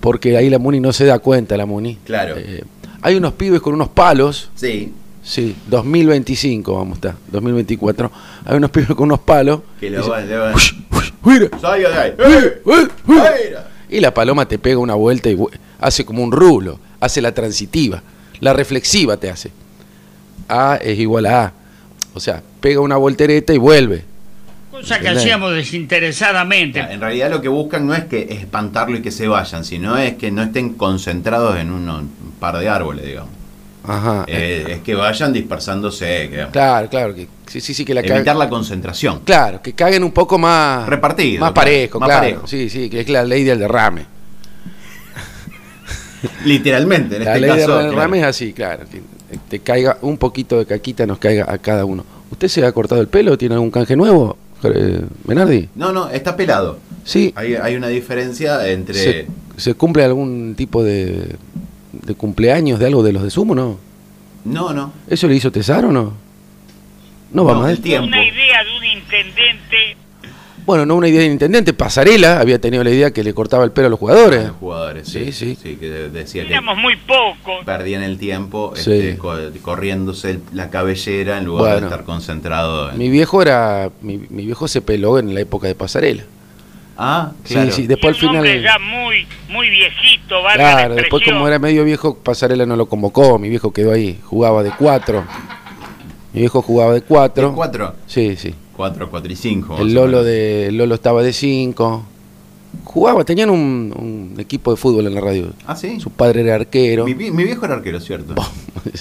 [SPEAKER 2] porque ahí la Muni no se da cuenta, la Muni.
[SPEAKER 3] Claro.
[SPEAKER 2] Eh, hay unos pibes con unos palos.
[SPEAKER 3] Sí.
[SPEAKER 2] Sí, 2025 vamos a estar, 2024. Hay unos pibes con unos palos.
[SPEAKER 3] Que
[SPEAKER 2] y
[SPEAKER 3] lo
[SPEAKER 2] dicen,
[SPEAKER 3] van, le van.
[SPEAKER 2] "Ush, ush, mira,
[SPEAKER 3] Soy yo de ahí.
[SPEAKER 2] eh, eh, eh".
[SPEAKER 3] Mira.
[SPEAKER 2] Y la paloma te pega una vuelta y vu- hace como un rulo, hace la transitiva, la reflexiva te hace. A es igual a A. O sea, pega una voltereta y vuelve.
[SPEAKER 4] Cosa que
[SPEAKER 2] Claro.
[SPEAKER 4] hacíamos desinteresadamente.
[SPEAKER 3] En realidad lo que buscan no es que espantarlo y que se vayan, sino es que no estén concentrados en uno- un par de árboles, digamos.
[SPEAKER 2] Ajá.
[SPEAKER 3] Eh, es que vayan dispersándose, digamos.
[SPEAKER 2] Claro, claro. Que, sí, sí, sí, que la caga-
[SPEAKER 3] evitar la concentración.
[SPEAKER 2] Claro, que caguen un poco más.
[SPEAKER 3] Repartido,
[SPEAKER 2] Más
[SPEAKER 3] claro,
[SPEAKER 2] parejo,
[SPEAKER 3] más
[SPEAKER 2] claro.
[SPEAKER 3] parejo.
[SPEAKER 2] Sí, sí, que es la ley del derrame.
[SPEAKER 3] Literalmente, en
[SPEAKER 2] La
[SPEAKER 3] este
[SPEAKER 2] ley de
[SPEAKER 3] caso.
[SPEAKER 2] Hernán
[SPEAKER 3] claro.
[SPEAKER 2] Rames es así, claro. Que te caiga un poquito de caquita, nos caiga a cada uno. ¿Usted se ha cortado el pelo? ¿Tiene algún canje nuevo, eh, Menardi?
[SPEAKER 3] No, no, está pelado.
[SPEAKER 2] Sí.
[SPEAKER 3] Hay, hay una diferencia entre.
[SPEAKER 2] ¿Se, se cumple algún tipo de, de cumpleaños de algo de los de Sumo, no?
[SPEAKER 3] No, no.
[SPEAKER 2] ¿Eso le hizo Tesar o no? No, va
[SPEAKER 3] No,
[SPEAKER 2] más.
[SPEAKER 3] el tiempo.
[SPEAKER 6] Una idea de un intendente
[SPEAKER 2] Bueno, no una idea del intendente. Pasarela había tenido la idea que le cortaba el pelo a los jugadores.
[SPEAKER 3] Los jugadores,
[SPEAKER 2] Sí,
[SPEAKER 3] sí.
[SPEAKER 2] sí.
[SPEAKER 3] que decía que
[SPEAKER 6] éramos muy pocos.
[SPEAKER 3] perdían el tiempo
[SPEAKER 2] Sí.
[SPEAKER 3] este, co- corriéndose el- la cabellera en lugar de
[SPEAKER 2] Bueno.
[SPEAKER 3] estar concentrado en.
[SPEAKER 2] Mi viejo era. Mi, mi viejo se peló en la época de Pasarela.
[SPEAKER 3] Ah,
[SPEAKER 2] Sí,
[SPEAKER 3] claro.
[SPEAKER 2] sí, después
[SPEAKER 6] Y un
[SPEAKER 2] al final. eh.
[SPEAKER 6] hombre ya muy, muy viejito, valga la
[SPEAKER 2] Claro, después
[SPEAKER 6] expresión.
[SPEAKER 2] como era medio viejo, Pasarela no lo convocó, mi viejo quedó ahí, jugaba de cuatro. Mi viejo jugaba de cuatro.
[SPEAKER 3] ¿De cuatro?
[SPEAKER 2] Sí, sí.
[SPEAKER 3] 4, 4 y 5.
[SPEAKER 2] El Lolo, de, el Lolo estaba de cinco. Jugaba, tenían un, un equipo de fútbol en la radio.
[SPEAKER 3] Ah, sí.
[SPEAKER 2] Su padre era arquero.
[SPEAKER 3] Mi, vi- mi viejo era arquero, ¿cierto?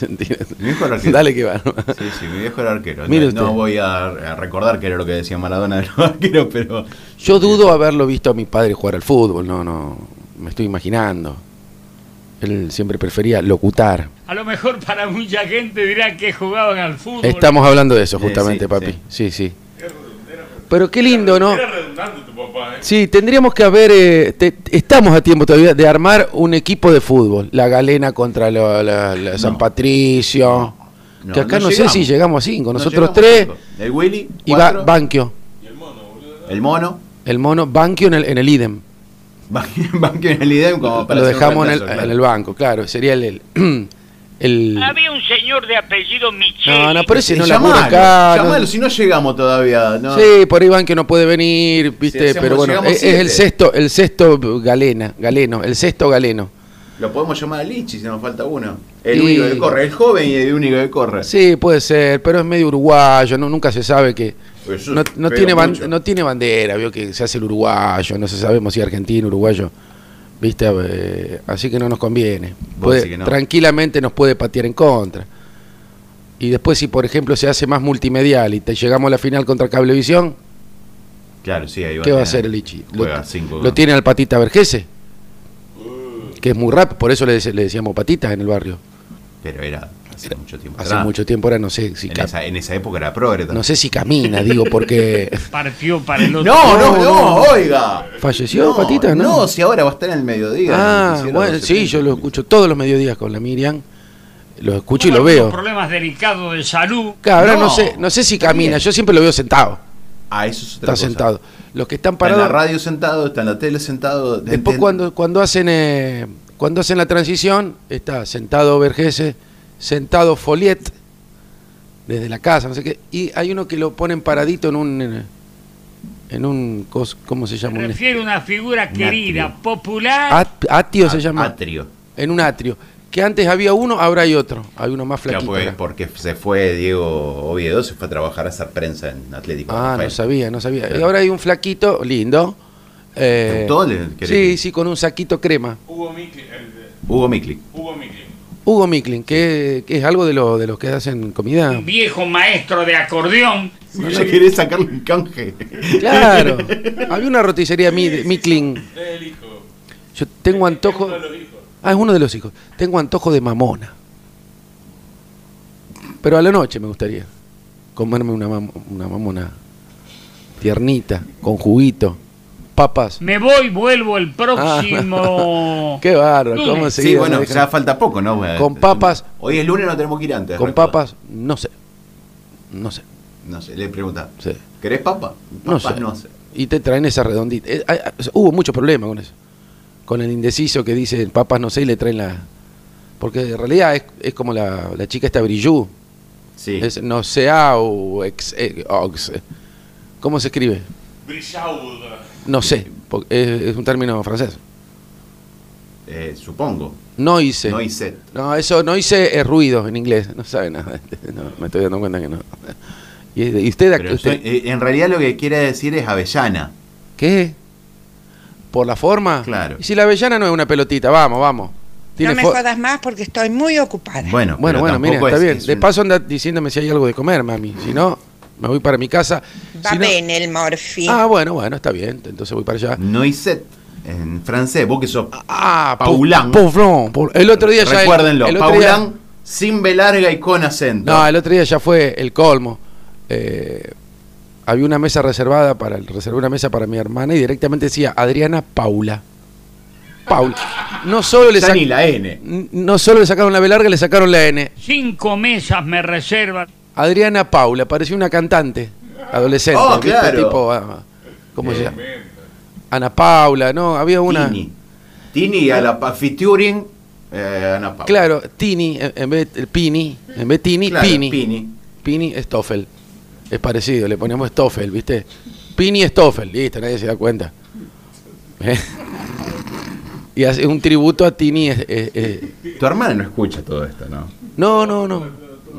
[SPEAKER 3] Mi viejo era arquero.
[SPEAKER 2] Oh. Dale que va.
[SPEAKER 3] Sí, sí, mi viejo era arquero.
[SPEAKER 2] Mire
[SPEAKER 3] no,
[SPEAKER 2] usted.
[SPEAKER 3] no voy a, a recordar que era lo que decía Maradona de los arqueros, pero.
[SPEAKER 2] Yo dudo haberlo visto a mi padre jugar al fútbol, no, no, me estoy imaginando. Él siempre prefería locutar.
[SPEAKER 4] A lo mejor para mucha gente dirá que jugaban al fútbol.
[SPEAKER 2] Estamos hablando de eso
[SPEAKER 3] Eh,
[SPEAKER 2] justamente,
[SPEAKER 3] sí,
[SPEAKER 2] papi.
[SPEAKER 3] sí.
[SPEAKER 2] Sí, sí. Pero qué lindo, ¿no?
[SPEAKER 5] Era redundante tu papá, ¿eh?
[SPEAKER 2] Sí, tendríamos que haber, eh, te- estamos a tiempo todavía de armar un equipo de fútbol. La Galena contra la, la- la San Patricio.
[SPEAKER 3] No,
[SPEAKER 2] que acá
[SPEAKER 3] no
[SPEAKER 2] no, sé
[SPEAKER 3] llegamos.
[SPEAKER 2] si llegamos a cinco.
[SPEAKER 3] No
[SPEAKER 2] Nosotros
[SPEAKER 3] llegamos
[SPEAKER 2] tres
[SPEAKER 3] tampoco. El Willy,
[SPEAKER 2] y va,
[SPEAKER 3] cuatro,
[SPEAKER 2] Banquio.
[SPEAKER 3] el mono.
[SPEAKER 2] El mono Banquio en el, en el IDEM.
[SPEAKER 3] Banquio en el IDEM como para
[SPEAKER 2] Lo
[SPEAKER 3] hacer un
[SPEAKER 2] dejamos en el,
[SPEAKER 3] reemplazo, claro.
[SPEAKER 2] en el banco, claro. Sería el... el, el-
[SPEAKER 6] Había un señor de apellido Michel.
[SPEAKER 2] no, no, pero ese
[SPEAKER 3] Sí,
[SPEAKER 2] no
[SPEAKER 3] llamalo,
[SPEAKER 2] labura acá. no-
[SPEAKER 3] llamalo, si no llegamos todavía. ¿no?
[SPEAKER 2] Sí, por ahí van que no puede venir,
[SPEAKER 3] Sí,
[SPEAKER 2] viste,
[SPEAKER 3] hacemos-
[SPEAKER 2] pero bueno,
[SPEAKER 3] llegamos
[SPEAKER 2] es, es el
[SPEAKER 3] siete.
[SPEAKER 2] sexto, el sexto galena, galeno, el sexto galeno.
[SPEAKER 3] Lo podemos llamar a Lichi si nos falta uno. El
[SPEAKER 2] Y-
[SPEAKER 3] único que corre, el joven y el único que corre.
[SPEAKER 2] Sí, puede ser, pero es medio uruguayo, no, nunca se sabe que
[SPEAKER 3] Eso
[SPEAKER 2] no, no
[SPEAKER 3] pega
[SPEAKER 2] tiene ban-
[SPEAKER 3] mucho.
[SPEAKER 2] no tiene bandera, vio que se hace el uruguayo, no se sabemos si argentino, uruguayo, viste, eh, así que no nos conviene. Puede-
[SPEAKER 3] decís que no.
[SPEAKER 2] Tranquilamente nos puede patear en contra. Y después si por ejemplo se hace más multimedial y te llegamos a la final contra Cablevisión,
[SPEAKER 3] Claro, sí,
[SPEAKER 2] ¿Qué
[SPEAKER 3] ahí
[SPEAKER 2] va a
[SPEAKER 3] tener.
[SPEAKER 2] hacer el Lichi?
[SPEAKER 3] Juega
[SPEAKER 2] Lo,
[SPEAKER 3] cinco,
[SPEAKER 2] lo tiene al Patita Vergese. Que es muy rápido, por eso le, dec- le decíamos Patita en el barrio.
[SPEAKER 3] Pero era hace mucho tiempo.
[SPEAKER 2] Hace
[SPEAKER 3] atrás.
[SPEAKER 2] mucho tiempo ahora no sé si
[SPEAKER 3] En
[SPEAKER 2] ca-
[SPEAKER 3] esa, en esa época era progre
[SPEAKER 2] no
[SPEAKER 3] también.
[SPEAKER 2] sé si camina, digo, porque
[SPEAKER 4] Partió para el otro.
[SPEAKER 3] No, no,
[SPEAKER 2] No,
[SPEAKER 3] no,
[SPEAKER 2] no.
[SPEAKER 3] oiga.
[SPEAKER 2] falleció Patita, ¿no?
[SPEAKER 3] No, si ahora va a estar en el mediodía.
[SPEAKER 2] ah,
[SPEAKER 3] en el noticiero
[SPEAKER 2] bueno,
[SPEAKER 3] de
[SPEAKER 2] sí, yo lo
[SPEAKER 3] 70.
[SPEAKER 2] escucho todos los mediodías con la Miriam. Lo escucho y
[SPEAKER 4] Tuvo
[SPEAKER 2] lo
[SPEAKER 4] algunos
[SPEAKER 2] veo.
[SPEAKER 4] problemas delicados de salud.
[SPEAKER 2] Claro, ahora no,
[SPEAKER 3] No,
[SPEAKER 2] sé, no sé si
[SPEAKER 3] está
[SPEAKER 2] camina,
[SPEAKER 3] bien.
[SPEAKER 2] yo siempre lo veo sentado.
[SPEAKER 3] Ah, eso es otra
[SPEAKER 2] Está
[SPEAKER 3] cosa.
[SPEAKER 2] sentado. Los que están
[SPEAKER 3] Está en
[SPEAKER 2] parados
[SPEAKER 3] la radio sentado, está en la tele sentado.
[SPEAKER 2] Después
[SPEAKER 3] Enten-
[SPEAKER 2] cuando, cuando hacen eh, cuando hacen la transición, está sentado Vergese, sentado Foliet, desde la casa, no sé qué, y hay uno que lo ponen paradito en un eh, en un cos- ¿cómo se llama?
[SPEAKER 4] Me
[SPEAKER 2] Un
[SPEAKER 4] refiero a una figura querida,
[SPEAKER 3] atrio.
[SPEAKER 4] popular.
[SPEAKER 2] at- atio se llama,
[SPEAKER 3] Atrio.
[SPEAKER 2] en un atrio, que antes había uno, ahora hay otro, hay uno más
[SPEAKER 3] Claro,
[SPEAKER 2] flaquito.
[SPEAKER 3] porque,
[SPEAKER 2] acá.
[SPEAKER 3] porque se fue Diego Oviedo, se fue a trabajar a hacer prensa en Atlético. de
[SPEAKER 2] ah,
[SPEAKER 3] Rafael.
[SPEAKER 2] no sabía, no sabía. Y
[SPEAKER 3] Claro.
[SPEAKER 2] ahora hay un flaquito lindo. eh,
[SPEAKER 3] ¿Con todo le- querés
[SPEAKER 2] sí,
[SPEAKER 3] que-
[SPEAKER 2] sí, con un saquito crema.
[SPEAKER 5] Hugo Micklin. el-
[SPEAKER 3] Hugo Micli.
[SPEAKER 5] Hugo Micklin.
[SPEAKER 2] Hugo Micklin, que, que es algo de, lo, de los que hacen comida.
[SPEAKER 4] Un viejo maestro de acordeón.
[SPEAKER 3] No le querés sacarle un canje.
[SPEAKER 2] Claro. Había una roticería Mi- Micklin.
[SPEAKER 5] Es el hijo.
[SPEAKER 2] Yo tengo antojo.
[SPEAKER 5] Uno de los hijos.
[SPEAKER 2] Ah, es uno de los hijos. Tengo antojo de mamona. Pero a la noche me gustaría comerme una, mam- una mamona tiernita, con juguito, papas.
[SPEAKER 4] Me voy, vuelvo el próximo.
[SPEAKER 2] Ah, Qué barro,
[SPEAKER 4] Lunes.
[SPEAKER 2] cómo
[SPEAKER 3] Sí,
[SPEAKER 2] seguida me
[SPEAKER 3] bueno,
[SPEAKER 2] dejan-
[SPEAKER 3] ya falta poco, ¿no? Bueno,
[SPEAKER 2] Con papas.
[SPEAKER 3] Hoy es lunes, no tenemos que ir antes.
[SPEAKER 2] Con
[SPEAKER 3] recuerda.
[SPEAKER 2] papas, no sé. No sé.
[SPEAKER 3] No sé, le pregunta.
[SPEAKER 2] Sí.
[SPEAKER 3] ¿Querés papa?
[SPEAKER 2] No
[SPEAKER 3] Papas
[SPEAKER 2] sé.
[SPEAKER 3] no sé.
[SPEAKER 2] Y te traen esa redondita. Eh, hay- hay- hubo mucho problema con eso. Con el indeciso que dice papas no sé y le traen la. Porque en realidad es, es como la, la chica esta brillú.
[SPEAKER 3] Sí.
[SPEAKER 2] Es no sea o ex, eh, ox. ¿Cómo se escribe?
[SPEAKER 5] Brillauda.
[SPEAKER 2] No sé. porque Es, es un término francés.
[SPEAKER 3] Eh, supongo.
[SPEAKER 2] No hice.
[SPEAKER 3] No hice.
[SPEAKER 2] No, eso no hice es ruido en inglés. No sabe nada. No, me estoy dando cuenta que no. Y, es de- y usted,
[SPEAKER 3] Pero
[SPEAKER 2] usted-
[SPEAKER 3] soy- eh, en realidad lo que quiere decir es avellana.
[SPEAKER 2] ¿Qué? ¿Por la forma?
[SPEAKER 3] Claro.
[SPEAKER 2] Y si la avellana no es una pelotita, vamos, vamos. Tiene
[SPEAKER 7] No me
[SPEAKER 2] fo-
[SPEAKER 7] jodas más porque estoy muy ocupada.
[SPEAKER 3] Bueno,
[SPEAKER 2] Bueno,
[SPEAKER 3] pero
[SPEAKER 2] bueno, mira,
[SPEAKER 3] tampoco
[SPEAKER 2] está
[SPEAKER 3] es-
[SPEAKER 2] bien.
[SPEAKER 3] es
[SPEAKER 2] De
[SPEAKER 3] un-
[SPEAKER 2] paso anda diciéndome si hay algo de comer, mami. Si no, me voy para mi casa.
[SPEAKER 7] Va
[SPEAKER 2] Si no-
[SPEAKER 7] bien el morfi.
[SPEAKER 2] Ah, bueno, bueno, está bien. Entonces voy para allá.
[SPEAKER 3] No hice en francés. Vos que sos.
[SPEAKER 2] Ah, Pau-
[SPEAKER 3] Paulán.
[SPEAKER 2] Paulán, Paul- El otro día ya.
[SPEAKER 3] Recuérdenlo.
[SPEAKER 2] el otro día-
[SPEAKER 3] Paulán sin B larga y con acento.
[SPEAKER 2] no, el otro día ya fue el colmo. Eh, había una mesa reservada para. Reservé una mesa para mi hermana y directamente decía Adriana Paula. Paula. No solo le
[SPEAKER 3] Ya ni
[SPEAKER 2] sacaron.
[SPEAKER 3] la N.
[SPEAKER 2] No solo le sacaron la B larga, le sacaron la N.
[SPEAKER 4] Cinco mesas me reservan.
[SPEAKER 2] Adriana Paula, parecía una cantante adolescente.
[SPEAKER 3] Oh,
[SPEAKER 2] ¿viste?
[SPEAKER 3] claro.
[SPEAKER 2] Tipo, ah, ¿cómo se llama? Ana Paula, ¿no? Había una.
[SPEAKER 3] Tini. Tini a la pa- featuring. Eh, Ana Paula.
[SPEAKER 2] Claro, Tini, en en vez de el Pini, en vez de Tini,
[SPEAKER 3] Claro,
[SPEAKER 2] Pini. Pini.
[SPEAKER 3] Pini.
[SPEAKER 2] Stoffel. Es parecido, le ponemos Stoffel, ¿viste? Pini Stoffel, listo, nadie se da cuenta. ¿Eh? Y hace un tributo a Tini. eh, eh, eh.
[SPEAKER 3] Tu hermana no escucha todo esto, ¿no?
[SPEAKER 2] No, no, no.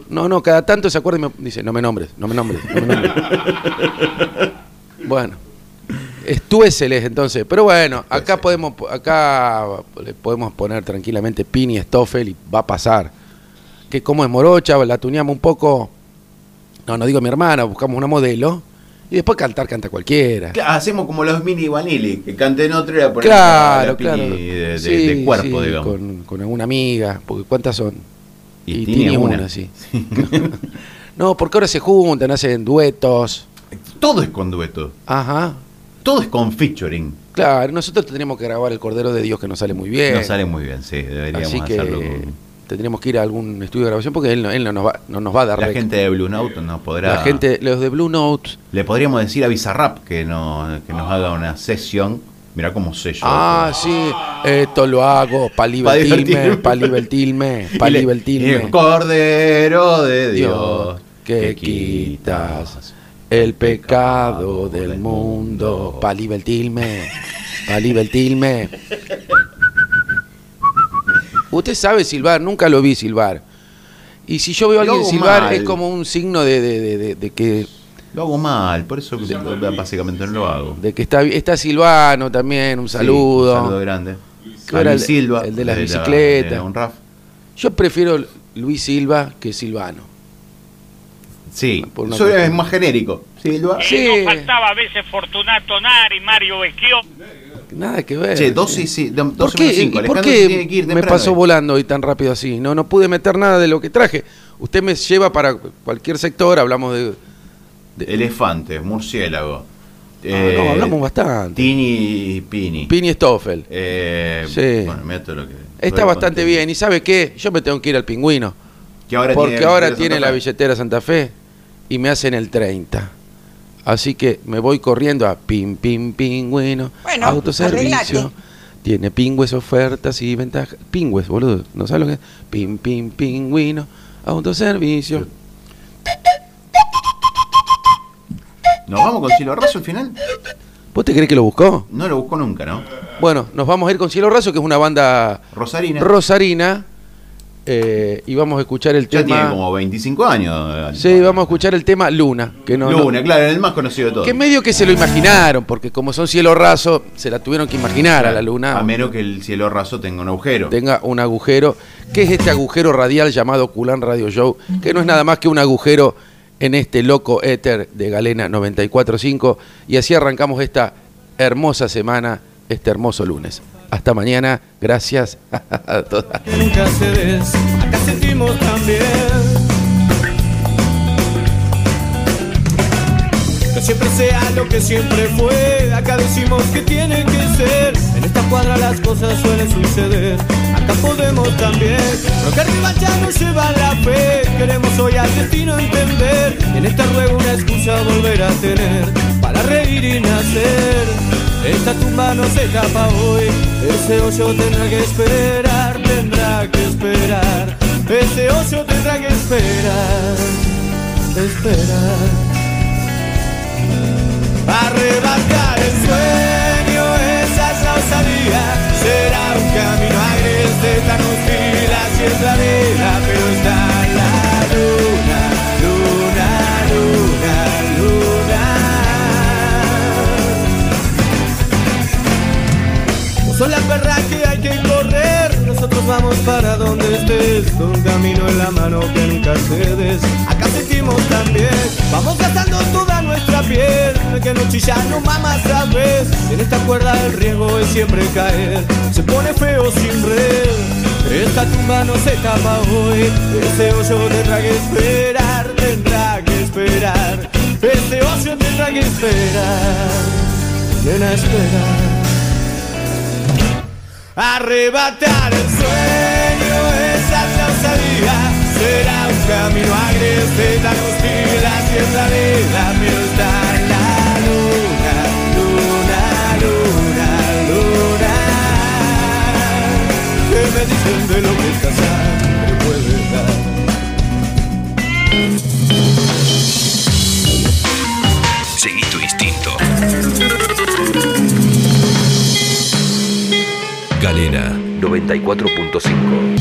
[SPEAKER 2] No, no, cada tanto se acuerda y me dice, no me nombres, no me nombres, no me nombres. bueno. Estúeseles entonces, pero bueno, acá
[SPEAKER 3] Estúeseles.
[SPEAKER 2] podemos acá le podemos poner tranquilamente Pini Stoffel y va a pasar. Que como es morocha, la tuneamos un poco. No, no digo mi hermana, buscamos una modelo Y después cantar, canta cualquiera.
[SPEAKER 3] Claro, Hacemos como los mini vanilli, que canten otro y la ponen
[SPEAKER 2] Claro,
[SPEAKER 3] la
[SPEAKER 2] claro.
[SPEAKER 3] pili de, de-
[SPEAKER 2] Sí,
[SPEAKER 3] de cuerpo,
[SPEAKER 2] sí,
[SPEAKER 3] digamos.
[SPEAKER 2] Con, con alguna amiga, porque ¿cuántas son?
[SPEAKER 3] Y tiene una.
[SPEAKER 2] sí. no, porque ahora se juntan, hacen duetos.
[SPEAKER 3] Todo es con dueto,
[SPEAKER 2] Ajá.
[SPEAKER 3] todo es con featuring.
[SPEAKER 2] Claro, nosotros tendríamos que grabar El Cordero de Dios, que nos sale muy bien.
[SPEAKER 3] Nos sale muy bien, sí, deberíamos
[SPEAKER 2] Así que
[SPEAKER 3] hacerlo.
[SPEAKER 2] eh,
[SPEAKER 3] con-
[SPEAKER 2] tendríamos que ir a algún estudio de grabación porque él no, él no nos, va, no nos va a dar
[SPEAKER 3] La
[SPEAKER 2] rec.
[SPEAKER 3] gente de Blue Note nos podrá.
[SPEAKER 2] La gente, los de Blue Note.
[SPEAKER 3] Le podríamos decir a Bizarrap que, no, que nos haga una sesión. Mirá cómo sello.
[SPEAKER 2] Ah, sí, esto lo hago para
[SPEAKER 3] divertirme.
[SPEAKER 2] libertirme, para libertirme,
[SPEAKER 3] Y
[SPEAKER 2] para
[SPEAKER 3] le- y
[SPEAKER 2] libertirme.
[SPEAKER 3] el Cordero de Dios,
[SPEAKER 2] Dios, que quitas el pecado del mundo, para libertirme, para libertirme. Usted sabe silbar, nunca lo vi silbar. Y si yo veo a
[SPEAKER 3] Lo
[SPEAKER 2] alguien
[SPEAKER 3] hago
[SPEAKER 2] silbar,
[SPEAKER 3] mal.
[SPEAKER 2] es como un signo de- de- de- de- de que
[SPEAKER 3] Lo hago mal, por eso que- básicamente no lo hago.
[SPEAKER 2] De que está, está Silvano también, un
[SPEAKER 3] Sí,
[SPEAKER 2] saludo.
[SPEAKER 3] un saludo grande.
[SPEAKER 2] Que era
[SPEAKER 3] A
[SPEAKER 2] el-
[SPEAKER 3] Luis Silva,
[SPEAKER 2] el de las
[SPEAKER 3] la-
[SPEAKER 2] bicicletas.
[SPEAKER 3] de un RAF.
[SPEAKER 2] Yo prefiero Luis Silva que Silvano.
[SPEAKER 3] Sí,
[SPEAKER 2] Ah, Por una
[SPEAKER 3] eso
[SPEAKER 2] cuestión.
[SPEAKER 3] es más genérico. Silva.
[SPEAKER 2] Sí.
[SPEAKER 6] Eh, nos faltaba a veces Fortunato Nari, Mario Vecchio.
[SPEAKER 2] Nada que ver.
[SPEAKER 3] Che, 12 y sí, do- 12
[SPEAKER 2] ¿Por qué,
[SPEAKER 3] menos cinco,
[SPEAKER 2] y por
[SPEAKER 3] Alejandro
[SPEAKER 2] qué
[SPEAKER 3] tiene que ir
[SPEAKER 2] me
[SPEAKER 3] temprano.
[SPEAKER 2] pasó volando hoy tan rápido así? No, no pude meter nada de lo que traje. Usted me lleva para cualquier sector, hablamos de...
[SPEAKER 3] Elefantes, murciélago. Eh,
[SPEAKER 2] Ah, no, hablamos bastante.
[SPEAKER 3] Tini y Pini.
[SPEAKER 2] Pini Stoffel.
[SPEAKER 3] Eh,
[SPEAKER 2] Sí.
[SPEAKER 3] Bueno, meto lo que.
[SPEAKER 2] Está bastante bien. ¿Y sabe qué? Yo me tengo que ir al pingüino.
[SPEAKER 3] Que ahora
[SPEAKER 2] porque
[SPEAKER 3] tiene
[SPEAKER 2] ahora
[SPEAKER 3] Santa
[SPEAKER 2] tiene
[SPEAKER 3] Fe.
[SPEAKER 2] la billetera Santa Fe y me hacen el 30. Así que me voy corriendo a Pin Pin Pingüino,
[SPEAKER 9] Bueno,
[SPEAKER 2] autoservicio.
[SPEAKER 9] arreglate.
[SPEAKER 2] Tiene pingües, ofertas y ventajas. Pingües, boludo, ¿no sabes lo que es? Pin Pin Pingüino, autoservicio.
[SPEAKER 3] ¿Nos vamos con Cielo Raso al final?
[SPEAKER 2] ¿Vos te crees que lo buscó?
[SPEAKER 3] No lo busco nunca, ¿no?
[SPEAKER 2] Bueno, nos vamos a ir con Cielo Raso, que es una banda
[SPEAKER 3] Rosarina.
[SPEAKER 2] rosarina. eh, y vamos a escuchar el
[SPEAKER 3] ya tiene
[SPEAKER 2] tema.
[SPEAKER 3] como 25 años.
[SPEAKER 2] Sí, vamos a escuchar el tema Luna. Que no, no-
[SPEAKER 3] Luna, claro, el más conocido de todos.
[SPEAKER 2] Que medio que se lo imaginaron, porque como son cielo raso, se la tuvieron que imaginar a la
[SPEAKER 3] A
[SPEAKER 2] luna.
[SPEAKER 3] menos que el cielo raso tenga un agujero.
[SPEAKER 2] Tenga un agujero, que es este agujero radial llamado Culán Radio Show, que no es nada más que un agujero en este loco éter de Galena 945. Y así arrancamos esta hermosa semana, este hermoso lunes. Hasta mañana, gracias a todas.
[SPEAKER 10] nunca se des, acá sentimos también. Que siempre sea lo que siempre fue, acá decimos que tiene que ser. En esta cuadra las cosas suelen suceder, acá podemos también. Lo que arriba ya nos lleva la fe, queremos hoy al destino entender. En esta rueda una excusa volver a tener, para reír y nacer. Esta tumba no se tapa hoy, ese hoyo tendrá que esperar, tendrá que esperar. Ese hoyo tendrá que esperar, esperar. Arrebatar el sueño, esa es la osadía. Será un camino agres de tan hostil, así es la vida, pero está la luna, luna, luna, luna. No Son las perras que hay que correr, nosotros vamos para donde estés, un camino en la mano que nunca cedes. Acá sentimos también, vamos gastando toda nuestra piel, de que no chillar no mamas sabes. En esta cuerda el riesgo es siempre caer, se pone feo sin red. Esta tumba no se tapa hoy, ese hoyo tendrá que esperar, tendrá que esperar. Este ocio tendrá que esperar, nena esperar. Arrebatar el sueño, esa es la osadía. Será un camino agreste, tan hostil, así es la vida. Pero está la luna, luna, luna, luna. Que me dicen de lo que es casar, me puede dar.
[SPEAKER 11] Seguí tu instinto. Galena 94.5